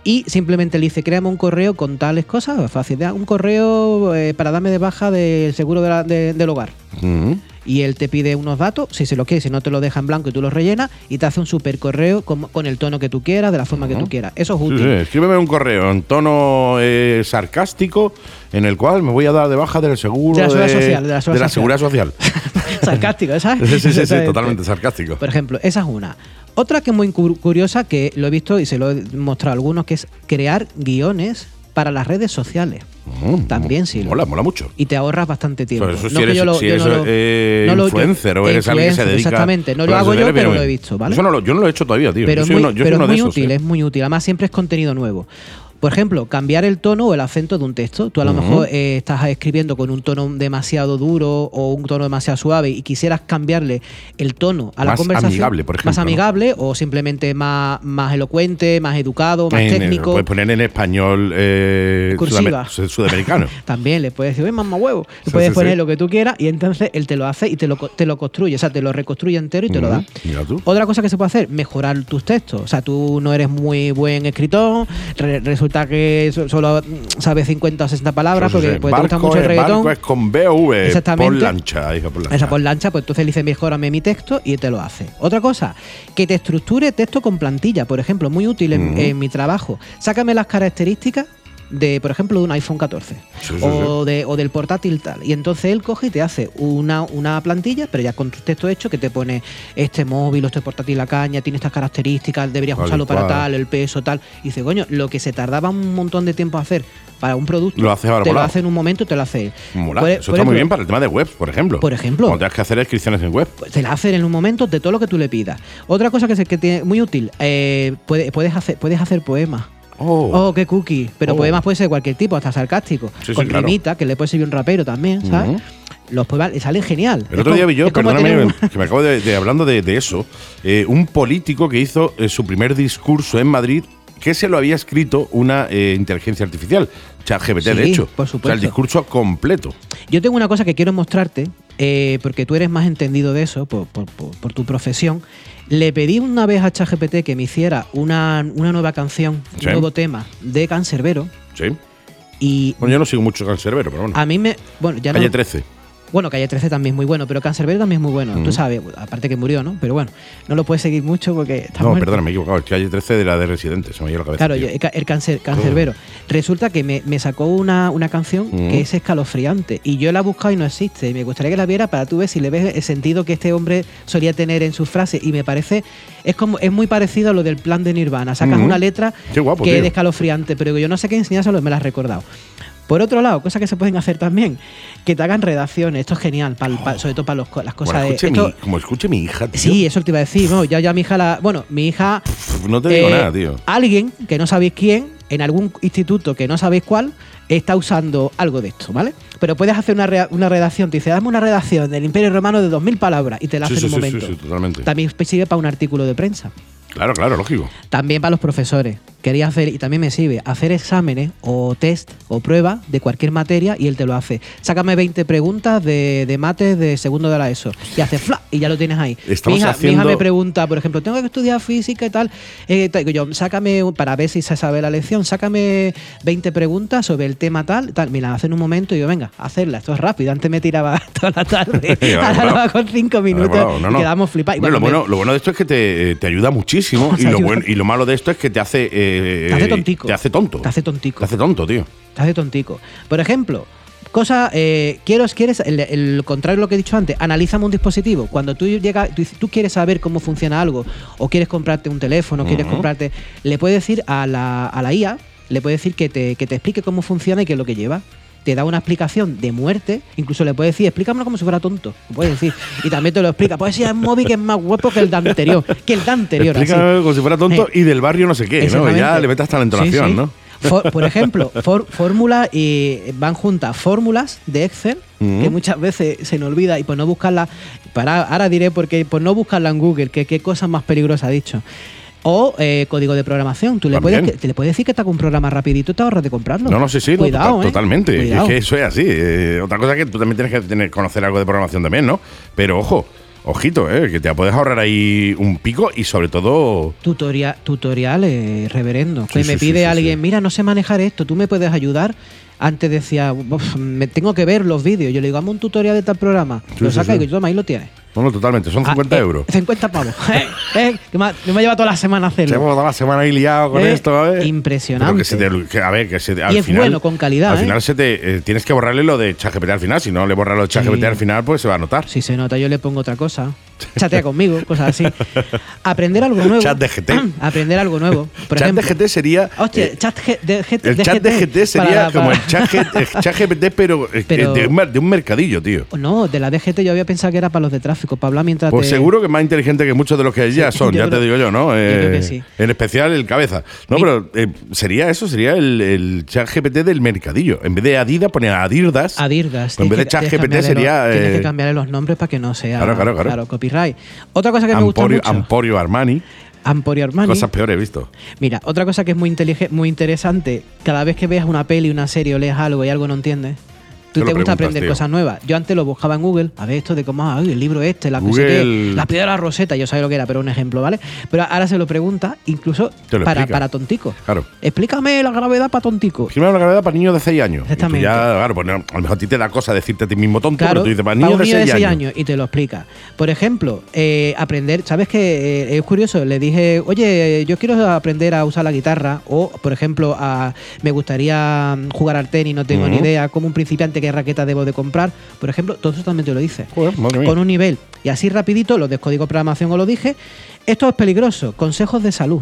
Speaker 3: Y simplemente le dice, créame un correo con tales cosas, fácil, da un correo eh, para darme de baja del seguro de la- de- del hogar.
Speaker 2: Ujú.
Speaker 3: Y él te pide unos datos, si se los quiere, si no te los deja en blanco y tú los rellenas, y te hace un super correo con, con el tono que tú quieras, de la forma que tú quieras. Eso es
Speaker 2: Sí,
Speaker 3: útil.
Speaker 2: sí, Escríbeme un correo en tono eh, sarcástico en el cual me voy a dar de baja del seguro.
Speaker 3: De la seguridad social, de la seguridad
Speaker 2: seguridad social.
Speaker 3: Sarcástico, ¿sabes?
Speaker 2: sí, sí, sí, sí,
Speaker 3: Exactamente.
Speaker 2: totalmente sarcástico.
Speaker 3: Por ejemplo, esa es una. Otra que es muy cu- curiosa, que lo he visto y se lo he mostrado a algunos, que es crear guiones para las redes sociales.
Speaker 2: Ujú.
Speaker 3: También sí.
Speaker 2: Mm, Mola, mola mucho.
Speaker 3: Y te ahorras bastante tiempo.
Speaker 2: Pero eso si
Speaker 3: que
Speaker 2: eres-
Speaker 3: yo
Speaker 2: si
Speaker 3: yo
Speaker 2: eres, eh,
Speaker 3: no lo- yo-
Speaker 2: influencer o eres alguien que se
Speaker 3: influencer,
Speaker 2: dedica
Speaker 3: Exactamente. No
Speaker 2: a
Speaker 3: lo hago
Speaker 2: redes
Speaker 3: yo,
Speaker 2: sociales,
Speaker 3: pero
Speaker 2: bien.
Speaker 3: lo he visto, ¿vale?
Speaker 2: Eso no lo- yo no lo he hecho todavía, tío.
Speaker 3: pero
Speaker 2: yo
Speaker 3: es
Speaker 2: soy
Speaker 3: muy,
Speaker 2: uno- yo soy
Speaker 3: pero es
Speaker 2: uno de
Speaker 3: muy
Speaker 2: esos,
Speaker 3: útil,
Speaker 2: eh.
Speaker 3: es muy útil. Además, siempre es contenido nuevo. Por ejemplo, cambiar el tono o el acento de un texto. Tú a lo
Speaker 2: Ujú.
Speaker 3: mejor eh, estás escribiendo con un tono demasiado duro o un tono demasiado suave y quisieras cambiarle el tono a la
Speaker 2: Más
Speaker 3: conversación.
Speaker 2: amigable, por ejemplo,
Speaker 3: Más
Speaker 2: ¿no?
Speaker 3: amigable o simplemente más, más elocuente, más educado, más
Speaker 2: En-
Speaker 3: técnico.
Speaker 2: Puedes poner en español eh,
Speaker 3: Cursiva.
Speaker 2: sudame- sudamericano.
Speaker 3: También le puedes decir, oye, mamá huevo.
Speaker 2: Sí,
Speaker 3: Le puedes
Speaker 2: sí,
Speaker 3: poner
Speaker 2: sí.
Speaker 3: lo que tú quieras y entonces él te lo hace y te lo, co- te lo construye. O sea, te lo reconstruye entero y te lo
Speaker 2: Ujú,
Speaker 3: da.
Speaker 2: Mm, mira tú.
Speaker 3: Otra cosa que se puede hacer, mejorar tus textos. O sea, tú no eres muy buen escritor, re- resulta idiota que so- solo mm, sabe 50 o 60 palabras
Speaker 2: Sí, sí,
Speaker 3: porque
Speaker 2: sí.
Speaker 3: pues, te gusta
Speaker 2: Barco
Speaker 3: mucho el
Speaker 2: es-
Speaker 3: reggaetón.
Speaker 2: Barco es con BV,
Speaker 3: Exactamente.
Speaker 2: por lancha, dijo, por lancha.
Speaker 3: Esa por lancha, pues entonces le dice, mejorame mi texto y te lo hace. Otra cosa, que te estructure texto con plantilla, por ejemplo, muy útil en, en mi trabajo. Sácame las características de, por ejemplo, de un iPhone 14
Speaker 2: Sí, sí,
Speaker 3: o, de- o del portátil tal. Y entonces él coge y te hace una, una plantilla, pero ya con tu texto hecho, que te pone este móvil o este portátil la caña, tiene estas características, deberías
Speaker 2: Tal y
Speaker 3: usarlo para
Speaker 2: cual.
Speaker 3: tal, el peso tal. Y dice, coño, lo que se tardaba un montón de tiempo hacer para un producto,
Speaker 2: Lo haces ahora
Speaker 3: te lo
Speaker 2: volado.
Speaker 3: hace en un momento, te lo hace él.
Speaker 2: Mola,
Speaker 3: Por- e-
Speaker 2: Eso está
Speaker 3: por
Speaker 2: muy
Speaker 3: ejemplo,
Speaker 2: bien para el tema de webs, por ejemplo.
Speaker 3: Por ejemplo.
Speaker 2: Cuando tengas que hacer inscripciones en web.
Speaker 3: pues, te la hacen en un momento de todo lo que tú le pidas. Otra cosa que es que tiene muy útil, eh, puede- puedes, hacer, puedes hacer poemas.
Speaker 2: Oh.
Speaker 3: Oh, qué cookie. Pero
Speaker 2: Oh.
Speaker 3: poemas puede ser de cualquier tipo, hasta sarcástico.
Speaker 2: Sí, sí,
Speaker 3: con
Speaker 2: claro.
Speaker 3: rimita, que le puede servir un rapero también, ¿sabes?
Speaker 2: Ujú.
Speaker 3: Los poemas le salen genial.
Speaker 2: El
Speaker 3: Es
Speaker 2: otro día
Speaker 3: como-
Speaker 2: vi yo,
Speaker 3: es como
Speaker 2: perdóname,
Speaker 3: tener un-
Speaker 2: que me acabo de, de- hablando de, de eso, eh, un político que hizo eh, su primer discurso en Madrid que se lo había escrito una eh, inteligencia artificial, ChatGPT de
Speaker 3: Sí,
Speaker 2: hecho.
Speaker 3: por supuesto.
Speaker 2: O sea, el discurso completo.
Speaker 3: Yo tengo una cosa que quiero mostrarte, eh, porque tú eres más entendido de eso, por, por- por- por tu profesión. Le pedí una vez a ChatGPT que me hiciera una, una nueva canción,
Speaker 2: Sí.
Speaker 3: un nuevo tema de Cancerbero.
Speaker 2: Sí.
Speaker 3: Y
Speaker 2: Bueno, yo no sigo mucho Cancerbero, pero bueno.
Speaker 3: a mí me. Bueno, Ah, ya
Speaker 2: Calle
Speaker 3: no,
Speaker 2: 13.
Speaker 3: Bueno, Calle 13 también es muy bueno, pero Cancerbero también es muy bueno. Tú sabes, aparte que murió, ¿no? Pero bueno, no lo puedes seguir mucho porque está
Speaker 2: No,
Speaker 3: muerto.
Speaker 2: perdona, me he equivocado. El Calle 13 de la de Residentes, se me ha ido la cabeza.
Speaker 3: Claro,
Speaker 2: tío.
Speaker 3: yo- eh, el, ca- el cáncer, cancerbero. Resulta que me, me sacó una, una canción que es escalofriante y yo la he buscado y no existe. Y me gustaría que la viera para tú ver si le ves el sentido que este hombre solía tener en sus frases. Y me parece, es como es muy parecido a lo del plan de Nirvana. Sacas
Speaker 2: Ujú.
Speaker 3: una letra
Speaker 2: Qué guapo,
Speaker 3: que es
Speaker 2: tío.
Speaker 3: de escalofriante, pero que yo no sé qué enseñárselo, me la has recordado. Por otro lado, cosas que se pueden hacer también, que te hagan redacciones. Esto es genial, pal- pa- sobre todo para los co- las cosas
Speaker 2: Oh. Bueno, escuche
Speaker 3: de. esto-
Speaker 2: mi- como escuche mi hija, tío.
Speaker 3: sí, eso te iba a decir. Bueno, ya, ya mi hija la. Bueno, mi hija
Speaker 2: Pff, No te digo
Speaker 3: eh,
Speaker 2: nada, tío.
Speaker 3: Alguien que no sabéis quién, en algún instituto que no sabéis cuál, está usando algo de esto, ¿vale? Pero puedes hacer una, rea- una redacción, te dice, dame una redacción del Imperio Romano de 2.000 palabras y te la
Speaker 2: Sí, sí,
Speaker 3: hace en un
Speaker 2: sí, sí,
Speaker 3: momento.
Speaker 2: sí, totalmente.
Speaker 3: También sirve para un artículo de prensa.
Speaker 2: Claro, claro, lógico.
Speaker 3: También para los profesores. Quería hacer, y también me sirve, hacer exámenes o test o pruebas de cualquier materia y él te lo hace. Sácame 20 preguntas de, de mates de segundo de la ESO. Y hace fla y ya lo tienes ahí.
Speaker 2: Estamos
Speaker 3: mi, hija, mi hija
Speaker 2: haciendo-
Speaker 3: me pregunta, por ejemplo, tengo que estudiar física y tal. eh, tal, digo yo, sácame, un- para ver si se sabe la lección, sácame 20 preguntas sobre el tema tal. tal. Me las hace en un momento y yo, venga, hacerla, esto es rápido. Antes me tiraba toda la tarde.
Speaker 2: Ya,
Speaker 3: Ahora lo
Speaker 2: claro.
Speaker 3: hago con 5 minutos
Speaker 2: Ahora, bueno, no, no.
Speaker 3: y quedamos flipados. Y
Speaker 2: Hombre, lo,
Speaker 3: cuando me-
Speaker 2: bueno, lo bueno de esto es que te, eh, te ayuda muchísimo y,
Speaker 3: Te
Speaker 2: lo
Speaker 3: ayuda.
Speaker 2: bueno- y lo malo de esto es que te hace. eh,
Speaker 3: Te hace tontico.
Speaker 2: Te hace tonto.
Speaker 3: Te hace tontico.
Speaker 2: Te hace tonto, tío.
Speaker 3: Te hace tontico. Por ejemplo, cosa, eh, quiero, quieres, el, el contrario a lo que he dicho antes, analízame un dispositivo. Cuando tú, llega, tú, dices- tú quieres saber cómo funciona algo, o quieres comprarte un teléfono, quieres comprarte, le puedes decir a la, a la IA, le puedes decir que te, que te explique cómo funciona y qué es lo que lleva. Te da una explicación de muerte, incluso le puedes decir, explícamelo como si fuera tonto. lo Puedes decir. Y también te lo explica. Puedes decir, es un móvil que es más guapo que el de anterior. Que el de anterior. así.
Speaker 2: Explícame como si fuera tonto
Speaker 3: Eh.
Speaker 2: y del barrio no sé qué, ¿no?
Speaker 3: Exactamente.
Speaker 2: Ya le metas hasta la entonación,
Speaker 3: Sí, sí.
Speaker 2: ¿no?
Speaker 3: For- por ejemplo, for- fórmula y van juntas fórmulas de Excel
Speaker 2: Mm.
Speaker 3: que muchas veces se nos olvida y por no buscarla, para, ahora diré porque por no buscarla en Google, que qué cosa más peligrosa ha dicho. O eh, código de programación. Tú le
Speaker 2: También.
Speaker 3: puedes, te le puedes decir que te haga un programa rapidito y te ahorras de comprarlo.
Speaker 2: No, no, sí, sí, no,
Speaker 3: Cuidado,
Speaker 2: tota-
Speaker 3: ¿eh?
Speaker 2: totalmente.
Speaker 3: Cuidado.
Speaker 2: Es que eso es así. Eh, otra cosa es que tú también tienes que tener, conocer algo de programación también, ¿no? Pero ojo, ojito, ¿eh? Que te puedes ahorrar ahí un pico y sobre todo.
Speaker 3: Tutoria- tutoriales, reverendo.
Speaker 2: Sí,
Speaker 3: que
Speaker 2: sí,
Speaker 3: me
Speaker 2: sí,
Speaker 3: pide
Speaker 2: sí,
Speaker 3: alguien,
Speaker 2: sí.
Speaker 3: mira, no sé manejar esto, tú me puedes ayudar. Antes decía, "Uf, me tengo que ver los vídeos. Yo le digo, hazme un tutorial de tal programa.
Speaker 2: Sí,
Speaker 3: lo
Speaker 2: sí,
Speaker 3: saca
Speaker 2: sí.
Speaker 3: y digo, toma, ahí lo tienes.
Speaker 2: No, no, totalmente. Son
Speaker 3: Ah,
Speaker 2: 50
Speaker 3: eh,
Speaker 2: euros.
Speaker 3: 50 pavos. Eh, eh, que me ha, que me ha llevado toda la semana
Speaker 2: Se
Speaker 3: hacerlo.
Speaker 2: hemos dado la semana ahí liado con
Speaker 3: Eh,
Speaker 2: esto, ¿eh?
Speaker 3: impresionante.
Speaker 2: Pero que se te- que, a ver, que se te- al
Speaker 3: es
Speaker 2: final,
Speaker 3: bueno, con calidad,
Speaker 2: Al
Speaker 3: ¿eh?
Speaker 2: final se te, eh, tienes que borrarle lo de ChatGPT al final. Si no le borras lo de ChatGPT
Speaker 3: Sí.
Speaker 2: al final, pues se va a notar.
Speaker 3: Si se nota, yo le pongo otra cosa. Chatea conmigo, cosas así. Aprender algo nuevo.
Speaker 2: Chat de GT.
Speaker 3: Aprender algo nuevo. Por
Speaker 2: chat
Speaker 3: ejemplo,
Speaker 2: DGT sería.
Speaker 3: Hostia,
Speaker 2: eh,
Speaker 3: chat G- de GT.
Speaker 2: el chat DGT sería
Speaker 3: para-
Speaker 2: como
Speaker 3: para-
Speaker 2: el chat, G- el chat GPT, pero, eh,
Speaker 3: Pero-
Speaker 2: de, un, mer- de un mercadillo, tío.
Speaker 3: No, de la DGT yo había pensado que era para los de tráfico, para hablar mientras
Speaker 2: Pues
Speaker 3: te-
Speaker 2: seguro que más inteligente que muchos de los que ya
Speaker 3: Sí,
Speaker 2: son,
Speaker 3: yo
Speaker 2: ya
Speaker 3: creo-
Speaker 2: te digo yo, ¿no?
Speaker 3: yo creo que
Speaker 2: Eh,
Speaker 3: sí.
Speaker 2: En especial el cabeza. No,
Speaker 3: Mi-
Speaker 2: pero eh, sería eso, sería el, el chat GPT del mercadillo. En vez de Adidas, pone Adirdas.
Speaker 3: Adirgas.
Speaker 2: Pues En
Speaker 3: tienes
Speaker 2: vez de
Speaker 3: que-
Speaker 2: chat
Speaker 3: tienes que
Speaker 2: GPT sería.
Speaker 3: cambiarle los- Tienes
Speaker 2: eh,
Speaker 3: que cambiarle los nombres para que no sea
Speaker 2: Claro, claro, claro.
Speaker 3: copyright. Otra cosa que me
Speaker 2: Amporio,
Speaker 3: gusta mucho.
Speaker 2: Amporio Armani.
Speaker 3: Amporio Armani.
Speaker 2: Cosas peores he visto.
Speaker 3: Mira, otra cosa que es muy intelige- muy interesante, cada vez que veas una peli, una serie o lees algo y algo no entiendes, Tú
Speaker 2: lo
Speaker 3: te gusta
Speaker 2: preguntas,
Speaker 3: aprender
Speaker 2: tío.
Speaker 3: cosas nuevas. Yo antes lo buscaba en Google, a ver esto de cómo, ah, el libro este, la cosa que,
Speaker 2: Google.
Speaker 3: las piedras rosetas, yo sabía lo que era, pero un ejemplo, ¿vale? Pero ahora se lo pregunta, incluso
Speaker 2: Te lo
Speaker 3: para,
Speaker 2: explica.
Speaker 3: para tontico.
Speaker 2: Claro.
Speaker 3: Explícame la gravedad para tontico.
Speaker 2: Primero la gravedad para niños de 6 años. Y tú
Speaker 3: Exactamente.
Speaker 2: ya, claro, pues no, a lo mejor a ti te da cosa decirte a ti mismo tonto, pero
Speaker 3: Claro,
Speaker 2: tú dices para
Speaker 3: pa'
Speaker 2: niños
Speaker 3: un
Speaker 2: de
Speaker 3: niño
Speaker 2: 6 años.
Speaker 3: y te lo explica. Por ejemplo, eh, aprender, ¿sabes qué? Eh, es curioso, le dije, oye, yo quiero aprender a usar la guitarra o, por ejemplo, a, me gustaría mm, jugar al tenis, no tengo ni
Speaker 2: Ujú.
Speaker 3: idea, como un principiante, qué raqueta debo de comprar. Por ejemplo, todo eso también te lo dice.
Speaker 2: Joder, madre mía.
Speaker 3: Con un nivel. Y así rapidito, lo descodigo programación o lo dije. Esto es peligroso. Consejos de salud.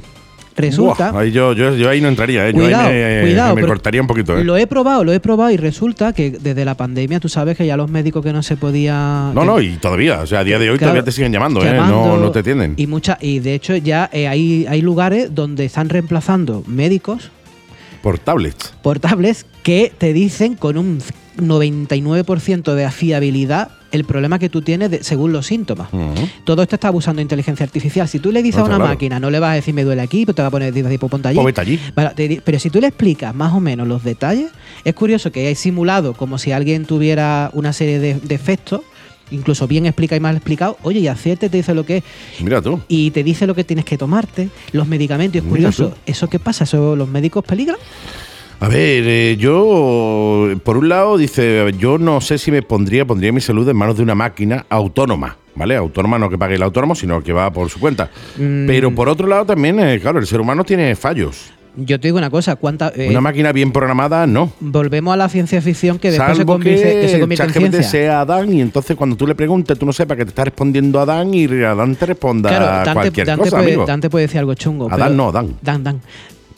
Speaker 3: Resulta...
Speaker 2: Buah, ahí yo, yo, yo ahí no entraría, ¿eh? Yo
Speaker 3: Cuidado,
Speaker 2: ahí me,
Speaker 3: cuidado.
Speaker 2: me
Speaker 3: pero
Speaker 2: cortaría un poquito, ¿eh?
Speaker 3: Lo he probado, lo he probado y resulta que desde la pandemia tú sabes que ya los médicos que no se podía...
Speaker 2: No,
Speaker 3: que-
Speaker 2: no, y todavía, o sea, a día de hoy
Speaker 3: Claro,
Speaker 2: todavía te siguen llamando, ¿eh?
Speaker 3: llamando,
Speaker 2: No, no te atienden.
Speaker 3: Y, mucha, y de hecho ya eh, hay, hay lugares donde están reemplazando médicos
Speaker 2: Por tablets.
Speaker 3: portables que te dicen con un 99% de fiabilidad el problema que tú tienes de- según los síntomas.
Speaker 2: Ujú.
Speaker 3: Todo esto está abusando de inteligencia artificial. Si tú le dices
Speaker 2: No,
Speaker 3: a una
Speaker 2: Mm. claro.
Speaker 3: máquina, no le vas a decir me duele aquí, pero te va a poner dices, pues, ponte allí.
Speaker 2: Pues vete allí.
Speaker 3: Para- te di- Pero si tú le explicas más o menos los detalles, es curioso que hay simulado como si alguien tuviera una serie de, de efectos, incluso bien explicado y mal explicado, oye, y acierta y te dice lo que es,
Speaker 2: Mira tú.
Speaker 3: y te dice lo que tienes que tomarte, los medicamentos, es
Speaker 2: Mira
Speaker 3: curioso.
Speaker 2: tú.
Speaker 3: ¿Eso qué pasa? ¿Eso los médicos peligran?
Speaker 2: A ver, eh, yo, por un lado, dice, yo no sé si me pondría, pondría mi salud en manos de una máquina autónoma, ¿vale? Autónoma no que pague el autónomo, sino que va por su cuenta.
Speaker 3: Mm.
Speaker 2: Pero por otro lado también, eh, claro, el ser humano tiene fallos.
Speaker 3: Yo te digo una cosa, ¿cuánta, eh,
Speaker 2: una máquina bien programada, no.
Speaker 3: volvemos a la ciencia ficción que después se
Speaker 2: Salvo que,
Speaker 3: convierte, que se convierte en
Speaker 2: ChatGPT
Speaker 3: ciencia.
Speaker 2: sea Adán y entonces cuando tú le preguntes, tú no sepas que te está respondiendo Adán y Adán te responda cualquier
Speaker 3: Dante
Speaker 2: cosa,
Speaker 3: puede,
Speaker 2: amigo.
Speaker 3: Dante puede decir algo chungo.
Speaker 2: Adán
Speaker 3: pero-
Speaker 2: no, Dan.
Speaker 3: Dan, Dan.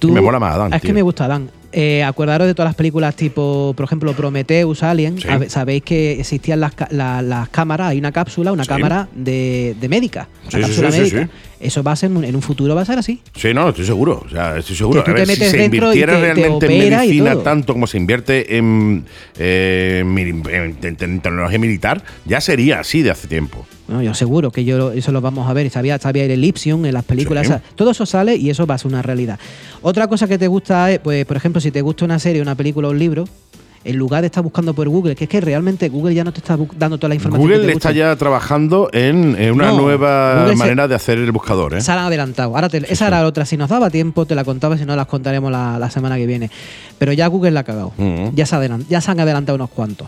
Speaker 2: Me mola más Adán,
Speaker 3: Es
Speaker 2: tío.
Speaker 3: que me gusta Dan. acordaros de todas las películas tipo, por ejemplo, Prometheus, Alien.
Speaker 2: Sí.
Speaker 3: A ver, Sabéis que existían las, ca- la- las cámaras, hay una cápsula, una
Speaker 2: Sí.
Speaker 3: cámara de, de médica. Una
Speaker 2: Sí, sí,
Speaker 3: cápsula
Speaker 2: sí, sí,
Speaker 3: médica. Eso va a ser, un- en un futuro va a ser así.
Speaker 2: Sí, no, estoy seguro. O sea, estoy seguro.
Speaker 3: Que tú
Speaker 2: A ver,
Speaker 3: te
Speaker 2: si
Speaker 3: metes
Speaker 2: se
Speaker 3: dentro y
Speaker 2: invirtiera
Speaker 3: te- te
Speaker 2: realmente en
Speaker 3: opera y
Speaker 2: medicina
Speaker 3: todo.
Speaker 2: tanto como se invierte en, eh, en mili- en- en- en tecnología militar, ya sería así de hace tiempo.
Speaker 3: Bueno, yo seguro que yo eso lo vamos a ver. Sabía, sabía el Ellipsion en las películas.
Speaker 2: Sí.
Speaker 3: o sea, todo eso sale y eso va a ser una realidad. Otra cosa que te gusta es, pues, por ejemplo, si te gusta una serie, una película o un libro, en lugar de estar buscando por Google, que es que realmente Google ya no te está bu- dando toda la información. que
Speaker 2: Google
Speaker 3: te
Speaker 2: está
Speaker 3: gusta.
Speaker 2: ya trabajando en, en una
Speaker 3: No,
Speaker 2: nueva
Speaker 3: Google se-
Speaker 2: manera de hacer el buscador. ¿eh?
Speaker 3: Se han adelantado. Ahora te- esa era otra. Si nos daba tiempo, te la contaba. Si no, las contaremos la, la semana que viene. Pero ya Google la ha cagado.
Speaker 2: Ujú.
Speaker 3: ya, se adelan- ya se han adelantado unos cuantos.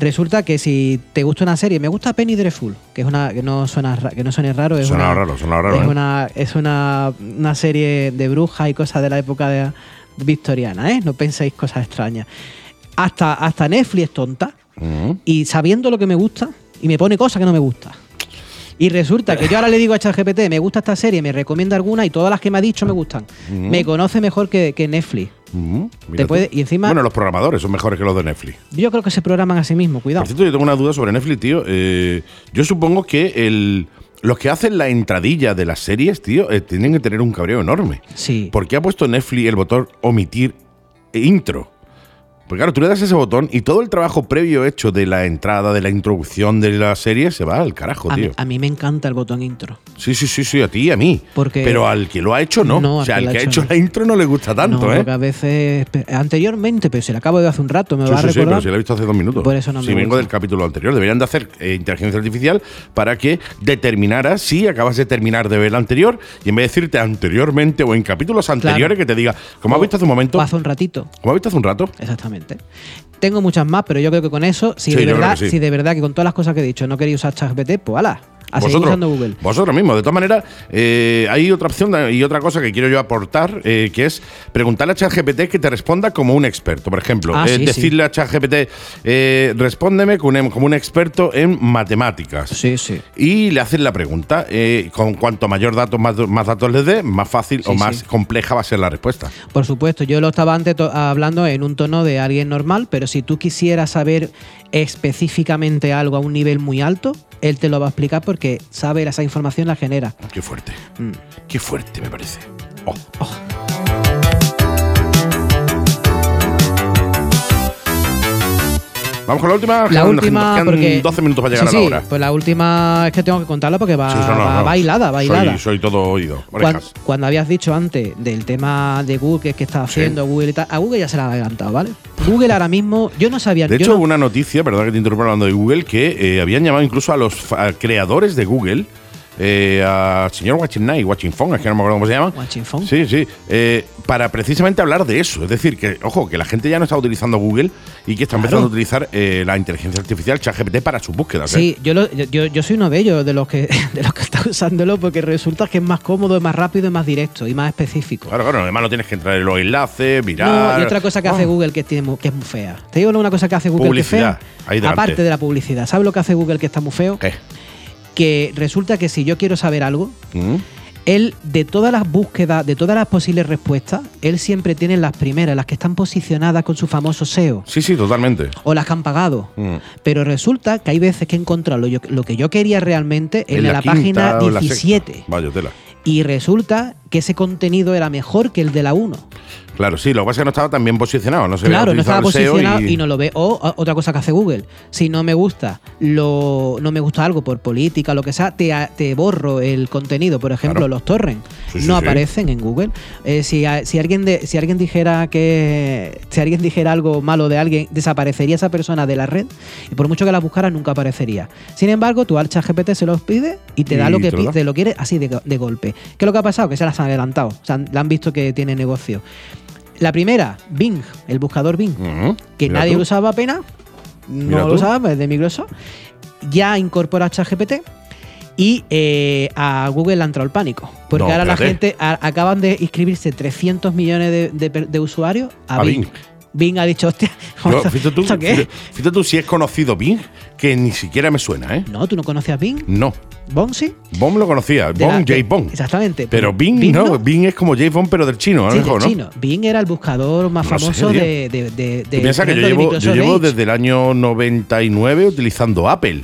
Speaker 3: Resulta que si te gusta una serie, me gusta Penny Dreadful, que es una que no suena ra- que no suene raro. Es
Speaker 2: Suena
Speaker 3: una,
Speaker 2: raro, suena raro,
Speaker 3: Es,
Speaker 2: ¿eh?
Speaker 3: una, es una, una serie de brujas y cosas de la época de- victoriana, ¿eh? No penséis cosas extrañas. Hasta, hasta Netflix es tonta
Speaker 2: Mm.
Speaker 3: y sabiendo lo que me gusta y me pone cosas que no me gusta. Y resulta que yo ahora le digo a ChatGPT, me gusta esta serie, me recomienda alguna y todas las que me ha dicho me gustan. Me conoce mejor que, que Netflix.
Speaker 2: Mm, mira tú.
Speaker 3: puede- y encima-
Speaker 2: Bueno, los programadores son mejores que los de Netflix.
Speaker 3: Yo creo que se programan a sí mismos, cuidado.
Speaker 2: Por cierto, yo tengo una duda sobre Netflix, tío. Eh, yo supongo que el, los que hacen la entradilla de las series, tío, eh, tienen que tener un cabreo enorme.
Speaker 3: Sí.
Speaker 2: ¿Por qué ha puesto Netflix el botón omitir e intro? Porque claro, tú le das ese botón y todo el trabajo previo hecho de la entrada, de la introducción de la serie se va al carajo,
Speaker 3: a, mí,
Speaker 2: tío.
Speaker 3: a mí me encanta el botón intro.
Speaker 2: Sí, sí, sí, sí, a ti y a mí.
Speaker 3: Porque-
Speaker 2: Pero al que lo ha hecho no.
Speaker 3: No,
Speaker 2: o sea,
Speaker 3: al
Speaker 2: al que ha hecho
Speaker 3: no.
Speaker 2: la intro no le gusta tanto,
Speaker 3: no,
Speaker 2: ¿eh?
Speaker 3: porque a veces pe- anteriormente, pero se la acabo de hace un rato, me
Speaker 2: Sí,
Speaker 3: va a
Speaker 2: sí, sí, pero
Speaker 3: recordar.
Speaker 2: si la he visto hace dos minutos.
Speaker 3: Por eso no me
Speaker 2: Si vengo
Speaker 3: gusta.
Speaker 2: del capítulo anterior. Deberían de hacer eh, inteligencia artificial para que determinara si acabas de terminar de ver el anterior y en vez de decirte anteriormente o en capítulos anteriores que te diga, como has visto hace un momento,
Speaker 3: O hace un ratito.
Speaker 2: como has visto hace un rato,
Speaker 3: Exactamente. Tengo muchas más, pero yo creo que con eso, si
Speaker 2: Sí,
Speaker 3: de
Speaker 2: yo creo
Speaker 3: verdad,
Speaker 2: que sí.
Speaker 3: si de verdad que con todas las cosas que he dicho no queréis usar ChatGPT, pues ala, a seguir
Speaker 2: vosotros,
Speaker 3: usando Google.
Speaker 2: vosotros mismos. De todas maneras, eh, hay otra opción y otra cosa que quiero yo aportar, eh, que es preguntarle a ChatGPT que te responda como un experto. Por ejemplo,
Speaker 3: Ah,
Speaker 2: eh,
Speaker 3: sí, sí.
Speaker 2: decirle a ChatGPT, eh, respóndeme como un- como un experto en matemáticas.
Speaker 3: Sí, sí.
Speaker 2: Y le hacen la pregunta. eh, con cuanto mayor datos, más, más datos les dé, más fácil o
Speaker 3: Sí,
Speaker 2: más
Speaker 3: sí.
Speaker 2: compleja va a ser la respuesta.
Speaker 3: Por supuesto, yo lo estaba antes to- hablando en un tono de alguien normal, pero si tú quisieras saber específicamente algo a un nivel muy alto, él te lo va a explicar porque sabe esa información la genera.
Speaker 2: Qué fuerte.
Speaker 3: Mm.
Speaker 2: Qué fuerte me parece. Oh. Vamos con la última.
Speaker 3: La
Speaker 2: Quedan-
Speaker 3: última,
Speaker 2: quedan
Speaker 3: porque.
Speaker 2: 12 minutos para llegar
Speaker 3: sí,
Speaker 2: a la
Speaker 3: sí,
Speaker 2: hora.
Speaker 3: Pues la última es que tengo que contarla porque va,
Speaker 2: Sí, eso no,
Speaker 3: va
Speaker 2: no.
Speaker 3: bailada, bailada.
Speaker 2: Soy, soy todo oído.
Speaker 3: Cuan- Cuando,
Speaker 2: Orejas.
Speaker 3: habías dicho antes del tema de Google, que es que está
Speaker 2: Sí.
Speaker 3: haciendo Google y tal, a Google ya se la ha adelantado, ¿vale? Google ahora mismo, yo no sabía.
Speaker 2: De
Speaker 3: yo
Speaker 2: hecho,
Speaker 3: no-
Speaker 2: hubo una noticia, perdón que te interrumpa hablando de Google, que eh, habían llamado incluso a los fa- a creadores de Google, eh, al señor Watching Night, Watching Phone, es que no me acuerdo cómo se llama.
Speaker 3: Watching Phone.
Speaker 2: Sí, sí. eh, para precisamente hablar de eso. Es decir, que, ojo, que la gente ya no está utilizando Google y que está empezando a utilizar eh, la inteligencia artificial, ChatGPT, para sus búsquedas. ¿eh?
Speaker 3: Sí, yo, lo- yo- yo, yo soy uno de ellos, de los, que, de los que está usándolo, porque resulta que es más cómodo, es más rápido, es más directo y más específico.
Speaker 2: Claro, claro. Además, no tienes que entrar en los enlaces, Ah, mirar.
Speaker 3: No, y otra cosa que hace
Speaker 2: Ah,
Speaker 3: Google que, tiene, mu- que es muy fea. Te digo una cosa que hace Google
Speaker 2: Publicidad,
Speaker 3: que es
Speaker 2: ahí
Speaker 3: fea.
Speaker 2: delante.
Speaker 3: Aparte de la publicidad. ¿Sabes lo que hace Google que está muy feo?
Speaker 2: ¿qué?
Speaker 3: Que resulta que si yo quiero saber algo,
Speaker 2: ¿Mm?
Speaker 3: él de todas las búsquedas, de todas las posibles respuestas, él siempre tiene las primeras, las que están posicionadas con su famoso SEO
Speaker 2: Sí, sí, totalmente.
Speaker 3: o las que han pagado.
Speaker 2: Mm.
Speaker 3: Pero resulta que hay veces que he encontrado lo, yo- lo que yo quería realmente en, la,
Speaker 2: quinta
Speaker 3: página
Speaker 2: o en la sexta.
Speaker 3: 17.
Speaker 2: Vaya tela.
Speaker 3: Y resulta que ese contenido era mejor que el de la 1.
Speaker 2: Claro, sí, lo que pasa es que no estaba tan bien posicionado. No se había
Speaker 3: Claro, no estaba
Speaker 2: utilizado el SEO
Speaker 3: posicionado y... no lo ve. O o- otra cosa que hace Google. Si no me gusta, lo, no me gusta algo por política, lo que sea, te, a- te borro el contenido. Por ejemplo,
Speaker 2: Claro.
Speaker 3: los torrents
Speaker 2: Sí, sí,
Speaker 3: no
Speaker 2: sí.
Speaker 3: aparecen en Google. Eh, si, a- si alguien de- si alguien dijera que si alguien dijera algo malo de alguien, desaparecería esa persona de la red y por mucho que la buscara nunca aparecería. Sin embargo, tu al GPT se los pide y te da
Speaker 2: Y
Speaker 3: lo que
Speaker 2: te lo da.
Speaker 3: pide, lo quiere así de, go- de golpe. ¿Qué es lo que ha pasado? Que se las han adelantado. O sea, han- la han visto que tiene negocio. La primera, Bing, el buscador Bing
Speaker 2: Ujú,
Speaker 3: que
Speaker 2: Mm. Mm-hmm. mira
Speaker 3: nadie
Speaker 2: tú.
Speaker 3: lo usaba apenas, no
Speaker 2: Mira
Speaker 3: lo
Speaker 2: tú.
Speaker 3: usaba, es de Microsoft, ya incorpora ChatGPT y eh, a Google le ha entrado el pánico. Porque
Speaker 2: No,
Speaker 3: ahora la
Speaker 2: espérate.
Speaker 3: gente a- acaban de inscribirse 300 millones de, de per- de usuarios a,
Speaker 2: A
Speaker 3: Bing.
Speaker 2: Bing.
Speaker 3: Bing. ha dicho, hostia,
Speaker 2: Yo,
Speaker 3: ¿esto-
Speaker 2: fíjate, tú,
Speaker 3: ¿esto qué es?
Speaker 2: fíjate- fíjate tú si es conocido Bing, que ni siquiera me suena, ¿eh?
Speaker 3: No, tú no conocías Bing,
Speaker 2: No.
Speaker 3: Bonsi.
Speaker 2: Bomb lo conocía,
Speaker 3: de la-
Speaker 2: Bomb,
Speaker 3: de-
Speaker 2: J Bomb.
Speaker 3: Exactamente.
Speaker 2: Pero Bing, no, Bing es como J Bomb, pero del chino, a lo
Speaker 3: Sí,
Speaker 2: mejor,
Speaker 3: de
Speaker 2: ¿no?
Speaker 3: chino. Bing era el buscador más
Speaker 2: No sé,
Speaker 3: famoso
Speaker 2: tío.
Speaker 3: de, de, de- de-
Speaker 2: Tú piensas
Speaker 3: por
Speaker 2: que yo
Speaker 3: ejemplo, de
Speaker 2: llevo, yo
Speaker 3: Microsoft
Speaker 2: llevo
Speaker 3: Edge.
Speaker 2: desde el año 99 utilizando Apple.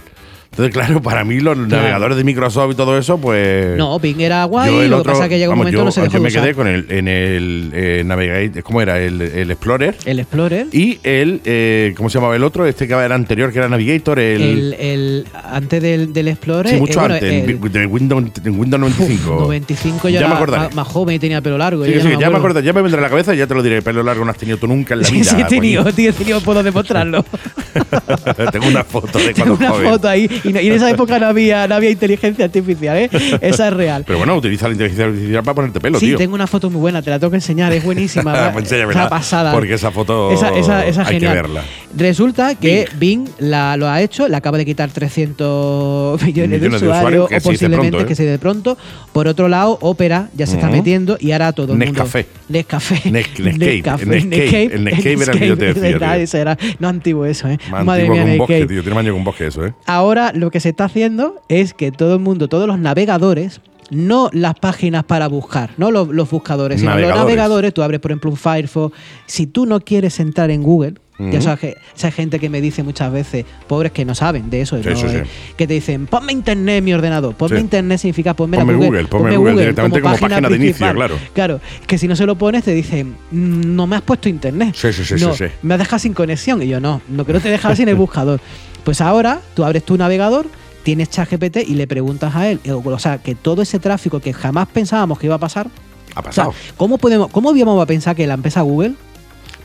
Speaker 2: Entonces, claro, para mí los navegadores de Microsoft y todo eso, pues.
Speaker 3: No, Bing era guay,
Speaker 2: Yo el
Speaker 3: lo que
Speaker 2: otro-
Speaker 3: pasa es que llega un
Speaker 2: vamos,
Speaker 3: momento
Speaker 2: yo,
Speaker 3: no se dejó
Speaker 2: yo
Speaker 3: de
Speaker 2: me
Speaker 3: usar.
Speaker 2: quedé con el, en el eh, Navigate- ¿cómo era? El, el Explorer.
Speaker 3: El Explorer.
Speaker 2: Y el, eh, ¿cómo se llamaba el otro? Este que era anterior, que era Navigator, el...
Speaker 3: el, el- antes del, del Explorer.
Speaker 2: sí, mucho
Speaker 3: eh, bueno,
Speaker 2: antes,
Speaker 3: el
Speaker 2: en vi- de Windows, en Windows 95.
Speaker 3: 95 yo
Speaker 2: ya
Speaker 3: era
Speaker 2: me
Speaker 3: ma-
Speaker 2: acordaré.
Speaker 3: más, joven y tenía pelo largo.
Speaker 2: Sí,
Speaker 3: yo
Speaker 2: que sí, que ya me
Speaker 3: Pues acuerdo.
Speaker 2: acordaré, ya me vendrá a la cabeza y ya te lo diré. Pelo largo no has tenido tú nunca en la
Speaker 3: Sí,
Speaker 2: vida. pues,
Speaker 3: sí, he tenido,
Speaker 2: coño.
Speaker 3: tío, he tenido, puedo demostrarlo.
Speaker 2: Tengo una foto de cuando
Speaker 3: Tengo una
Speaker 2: joven.
Speaker 3: foto ahí. Y, no- y en esa época no había, no había inteligencia artificial, ¿eh? Esa es real.
Speaker 2: Pero bueno, utiliza la inteligencia artificial para ponerte pelo,
Speaker 3: sí,
Speaker 2: tío.
Speaker 3: tengo una foto muy buena, te la tengo que enseñar, es buenísima.
Speaker 2: Pues
Speaker 3: va-
Speaker 2: enséñamela,
Speaker 3: una pasada.
Speaker 2: porque esa foto
Speaker 3: esa, esa- esa
Speaker 2: hay que
Speaker 3: genial.
Speaker 2: verla.
Speaker 3: Resulta que Bing, la, lo ha hecho, le acaba de quitar 300 millones, de
Speaker 2: Millones de
Speaker 3: usuarios,
Speaker 2: usuarios, que
Speaker 3: o
Speaker 2: se dice
Speaker 3: posiblemente
Speaker 2: pronto, ¿eh?
Speaker 3: que se dé pronto. Por otro lado, Opera ya se está
Speaker 2: Ujú.
Speaker 3: metiendo y ahora todo el mundo.
Speaker 2: Nescafé.
Speaker 3: Nescafé.
Speaker 2: Nes- Nescape,
Speaker 3: Nescafé,
Speaker 2: el Nescape, el Nescape era el que yo te decía,
Speaker 3: verdad,
Speaker 2: tío.
Speaker 3: ese era, no antiguo eso, ¿eh?
Speaker 2: Más
Speaker 3: Madre
Speaker 2: antiguo
Speaker 3: mía,
Speaker 2: que un bosque,
Speaker 3: Nescape.
Speaker 2: tío. Tiene más año que un bosque eso, ¿eh?
Speaker 3: Ahora lo que se está haciendo es que todo el mundo, todos los navegadores, no las páginas para buscar, no los, los buscadores, sino los
Speaker 2: Navegadores.
Speaker 3: navegadores, tú abres por ejemplo un Firefox, si tú no quieres entrar en Google,
Speaker 2: Ujú.
Speaker 3: ya sabes que esa gente que me dice muchas veces, pobres que no saben de eso,
Speaker 2: Sí,
Speaker 3: ¿no?
Speaker 2: sí, sí.
Speaker 3: Eh, que te dicen, ponme internet en mi ordenador, ponme
Speaker 2: Sí.
Speaker 3: internet significa ponme, la
Speaker 2: Ponme
Speaker 3: Google,
Speaker 2: Google, ponme Google directamente como página de inicio,
Speaker 3: principal".
Speaker 2: claro.
Speaker 3: Claro, que si no se lo pones te dicen, "Mm, no me has puesto internet.
Speaker 2: Sí, sí, sí,
Speaker 3: No,
Speaker 2: sí, sí.
Speaker 3: me has dejado sin conexión. Y yo, no, no quiero te dejar sin el buscador. Pues ahora tú abres tu navegador, tienes ChatGPT y le preguntas a él. Eh, O sea, que todo ese tráfico que jamás pensábamos que iba a pasar.
Speaker 2: Ha
Speaker 3: O sea,
Speaker 2: pasado.
Speaker 3: ¿cómo, podemos, ¿cómo íbamos a pensar que la empresa Google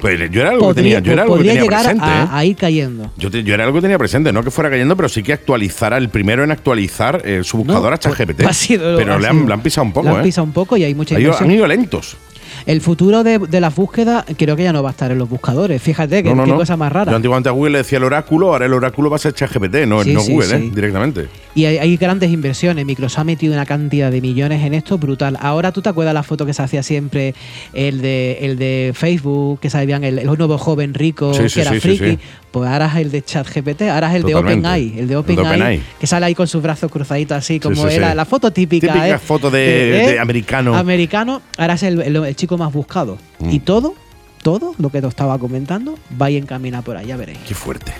Speaker 2: Pues yo era algo que tenía,
Speaker 3: podría,
Speaker 2: yo era algo que
Speaker 3: podría
Speaker 2: tenía
Speaker 3: llegar
Speaker 2: presente,
Speaker 3: a,
Speaker 2: ¿eh?
Speaker 3: a ir cayendo?
Speaker 2: Yo, te- yo era algo que tenía presente, no que fuera cayendo, pero sí que actualizara el primero en actualizar eh, su buscador
Speaker 3: No, pues,
Speaker 2: a ChatGPT.
Speaker 3: ha sido-
Speaker 2: pero
Speaker 3: ha
Speaker 2: le,
Speaker 3: sido-
Speaker 2: han, le han pisado un poco,
Speaker 3: Le han
Speaker 2: ¿eh?
Speaker 3: pisado un poco y hay mucha
Speaker 2: Ha ido- han
Speaker 3: inversión.
Speaker 2: ido lentos.
Speaker 3: El futuro de, de las búsquedas creo que ya no va a estar en los buscadores. Fíjate que,
Speaker 2: No, no,
Speaker 3: qué
Speaker 2: no.
Speaker 3: cosa más
Speaker 2: Yo
Speaker 3: rara.
Speaker 2: antiguamente a Google le decía el oráculo, ahora el oráculo va a ser ChatGPT, no,
Speaker 3: Sí,
Speaker 2: no
Speaker 3: sí,
Speaker 2: Google, ¿eh?
Speaker 3: sí.
Speaker 2: Directamente.
Speaker 3: Y hay, hay grandes inversiones. Microsoft ha metido una cantidad de millones en esto brutal. Ahora tú te acuerdas la foto que se hacía siempre, el de, el de Facebook, que sabían el, el nuevo joven rico,
Speaker 2: Sí,
Speaker 3: que
Speaker 2: sí,
Speaker 3: era
Speaker 2: sí, sí,
Speaker 3: friki.
Speaker 2: sí.
Speaker 3: Pues ahora es el de ChatGPT, ahora es el
Speaker 2: Totalmente.
Speaker 3: de OpenAI, el de
Speaker 2: El de
Speaker 3: OpenAI,
Speaker 2: OpenAI.
Speaker 3: que sale ahí con sus brazos cruzaditos así, como
Speaker 2: sí, sí.
Speaker 3: era la foto típica.
Speaker 2: Típica
Speaker 3: ¿eh?
Speaker 2: foto de- de americano. Mm.
Speaker 3: Americano, ahora es el, el- el chico más buscado. Y todo, todo lo que te estaba comentando, va y encamina por ahí, ya veréis.
Speaker 2: Qué fuerte.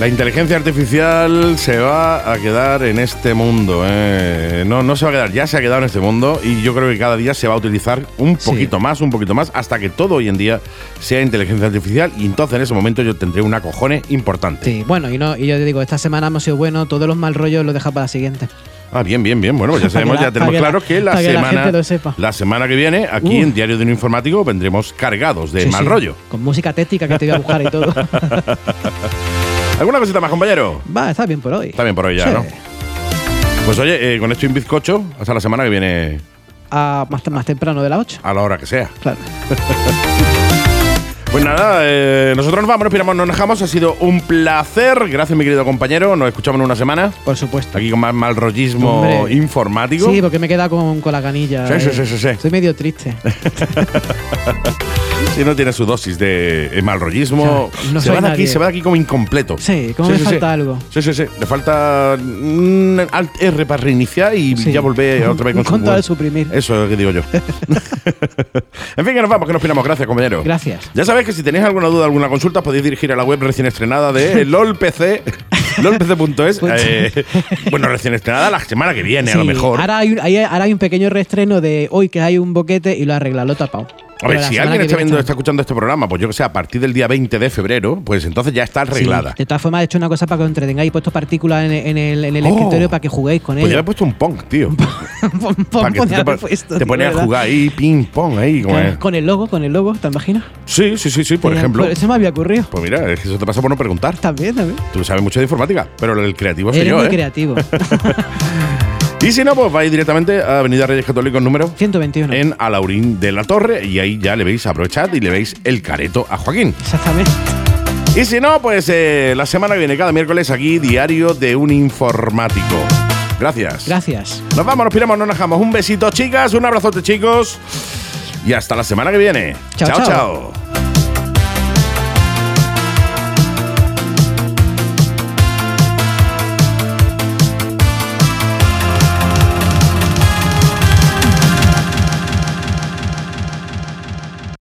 Speaker 2: La inteligencia artificial se va a quedar en este mundo. ¿eh? No, no se va a quedar, ya se ha quedado en este mundo y yo creo que cada día se va a utilizar un
Speaker 3: Sí.
Speaker 2: poquito más, un poquito más, hasta que todo hoy en día sea inteligencia artificial y entonces en ese momento yo tendré una cojones importante.
Speaker 3: Sí, bueno, y, no, y yo te digo, esta semana hemos sido buenos, todos los mal rollos los deja para la siguiente.
Speaker 2: Ah, bien, bien, bien. Bueno, pues ya
Speaker 3: Para que
Speaker 2: sabemos,
Speaker 3: la-
Speaker 2: ya tenemos
Speaker 3: para que la-
Speaker 2: claro que la
Speaker 3: para que la
Speaker 2: semana,
Speaker 3: gente lo sepa.
Speaker 2: la semana que viene, aquí
Speaker 3: Uf.
Speaker 2: en Diario de un Informático, vendremos cargados de
Speaker 3: Sí,
Speaker 2: mal
Speaker 3: sí,
Speaker 2: rollo.
Speaker 3: Con música tética que te voy a buscar y todo.
Speaker 2: ¿Alguna cosita más, compañero?
Speaker 3: Va, está bien por hoy.
Speaker 2: Está bien por hoy ya,
Speaker 3: Sí.
Speaker 2: ¿no? Pues oye, eh, con esto y un bizcocho, hasta la semana que viene,
Speaker 3: Ah, más, más temprano de las 8.
Speaker 2: a la hora que sea.
Speaker 3: Claro.
Speaker 2: Pues nada, eh, nosotros nos vamos, nos piramos, nos dejamos. Ha sido un placer. Gracias, mi querido compañero. Nos escuchamos en una semana.
Speaker 3: Por supuesto.
Speaker 2: Aquí con más mal rollismo
Speaker 3: Hombre.
Speaker 2: informático.
Speaker 3: Sí, porque me he quedado con, con la canilla.
Speaker 2: Sí, sí,
Speaker 3: eh.
Speaker 2: sí, sí, sí.
Speaker 3: Estoy medio triste.
Speaker 2: Si no tiene su dosis de eh, mal rollismo,
Speaker 3: Ya, no
Speaker 2: se,
Speaker 3: soy
Speaker 2: va de aquí,
Speaker 3: nadie.
Speaker 2: se va de aquí como incompleto.
Speaker 3: Sí, como me falta algo.
Speaker 2: Sí, sí, sí. Le falta un alt R para reiniciar y
Speaker 3: Sí.
Speaker 2: ya volver otra vez con
Speaker 3: Un control
Speaker 2: huevo.
Speaker 3: de suprimir.
Speaker 2: Eso es lo que digo yo. en fin, que nos vamos, que nos piramos. Gracias, compañero.
Speaker 3: Gracias.
Speaker 2: Ya sabéis que si tenéis alguna duda, alguna consulta, podéis dirigir a la web recién estrenada de LOLPC. LOLPC.es. eh, bueno, recién estrenada la semana que viene, a lo
Speaker 3: Pues Sí,
Speaker 2: mejor.
Speaker 3: Ahora hay, un, ahí- ahora hay un pequeño reestreno de hoy que hay un boquete y lo arregla, lo he tapado.
Speaker 2: A
Speaker 3: Pero
Speaker 2: ver,
Speaker 3: la
Speaker 2: si
Speaker 3: semana
Speaker 2: alguien
Speaker 3: que
Speaker 2: está
Speaker 3: viene
Speaker 2: viendo, está escuchando este programa, pues yo que sé, a partir del día 20 de febrero, pues entonces ya está arreglada.
Speaker 3: Sí, de todas formas, he hecho una cosa para que os entretengáis. He puesto partículas en, el- en el, en el
Speaker 2: Oh.
Speaker 3: escritorio para que juguéis con
Speaker 2: pues ya le he
Speaker 3: ello.
Speaker 2: puesto un pong, tío.
Speaker 3: Pon- pon-
Speaker 2: Para que tú
Speaker 3: poner
Speaker 2: te,
Speaker 3: al
Speaker 2: pon-
Speaker 3: puesto,
Speaker 2: te
Speaker 3: tío,
Speaker 2: pones a
Speaker 3: ¿verdad?
Speaker 2: jugar ahí, ping pong, ahí. como es.
Speaker 3: Con, con el logo, con el logo, ¿te imaginas?
Speaker 2: Sí, sí, sí, sí, por
Speaker 3: Eh,
Speaker 2: ejemplo.
Speaker 3: Eso me había ocurrido.
Speaker 2: Pues mira, es que eso te pasa por no preguntar.
Speaker 3: También, también.
Speaker 2: Tú sabes mucho de informática, pero el creativo soy
Speaker 3: Eres
Speaker 2: yo,
Speaker 3: muy
Speaker 2: ¿eh?
Speaker 3: creativo.
Speaker 2: Y si no, pues vais directamente a Avenida Reyes Católicos número
Speaker 3: 121.
Speaker 2: en Alaurín de la Torre y ahí ya le veis, aprovechad y le veis el careto a Joaquín.
Speaker 3: Exactamente.
Speaker 2: Y si no, pues eh, la semana que viene, cada miércoles aquí, diario de un informático. Gracias.
Speaker 3: Gracias.
Speaker 2: Nos vamos, nos piramos, nos najamos. Un besito, chicas, un abrazote, chicos. Y hasta la semana que viene.
Speaker 3: Chao,
Speaker 2: chao.
Speaker 3: chao.
Speaker 2: chao.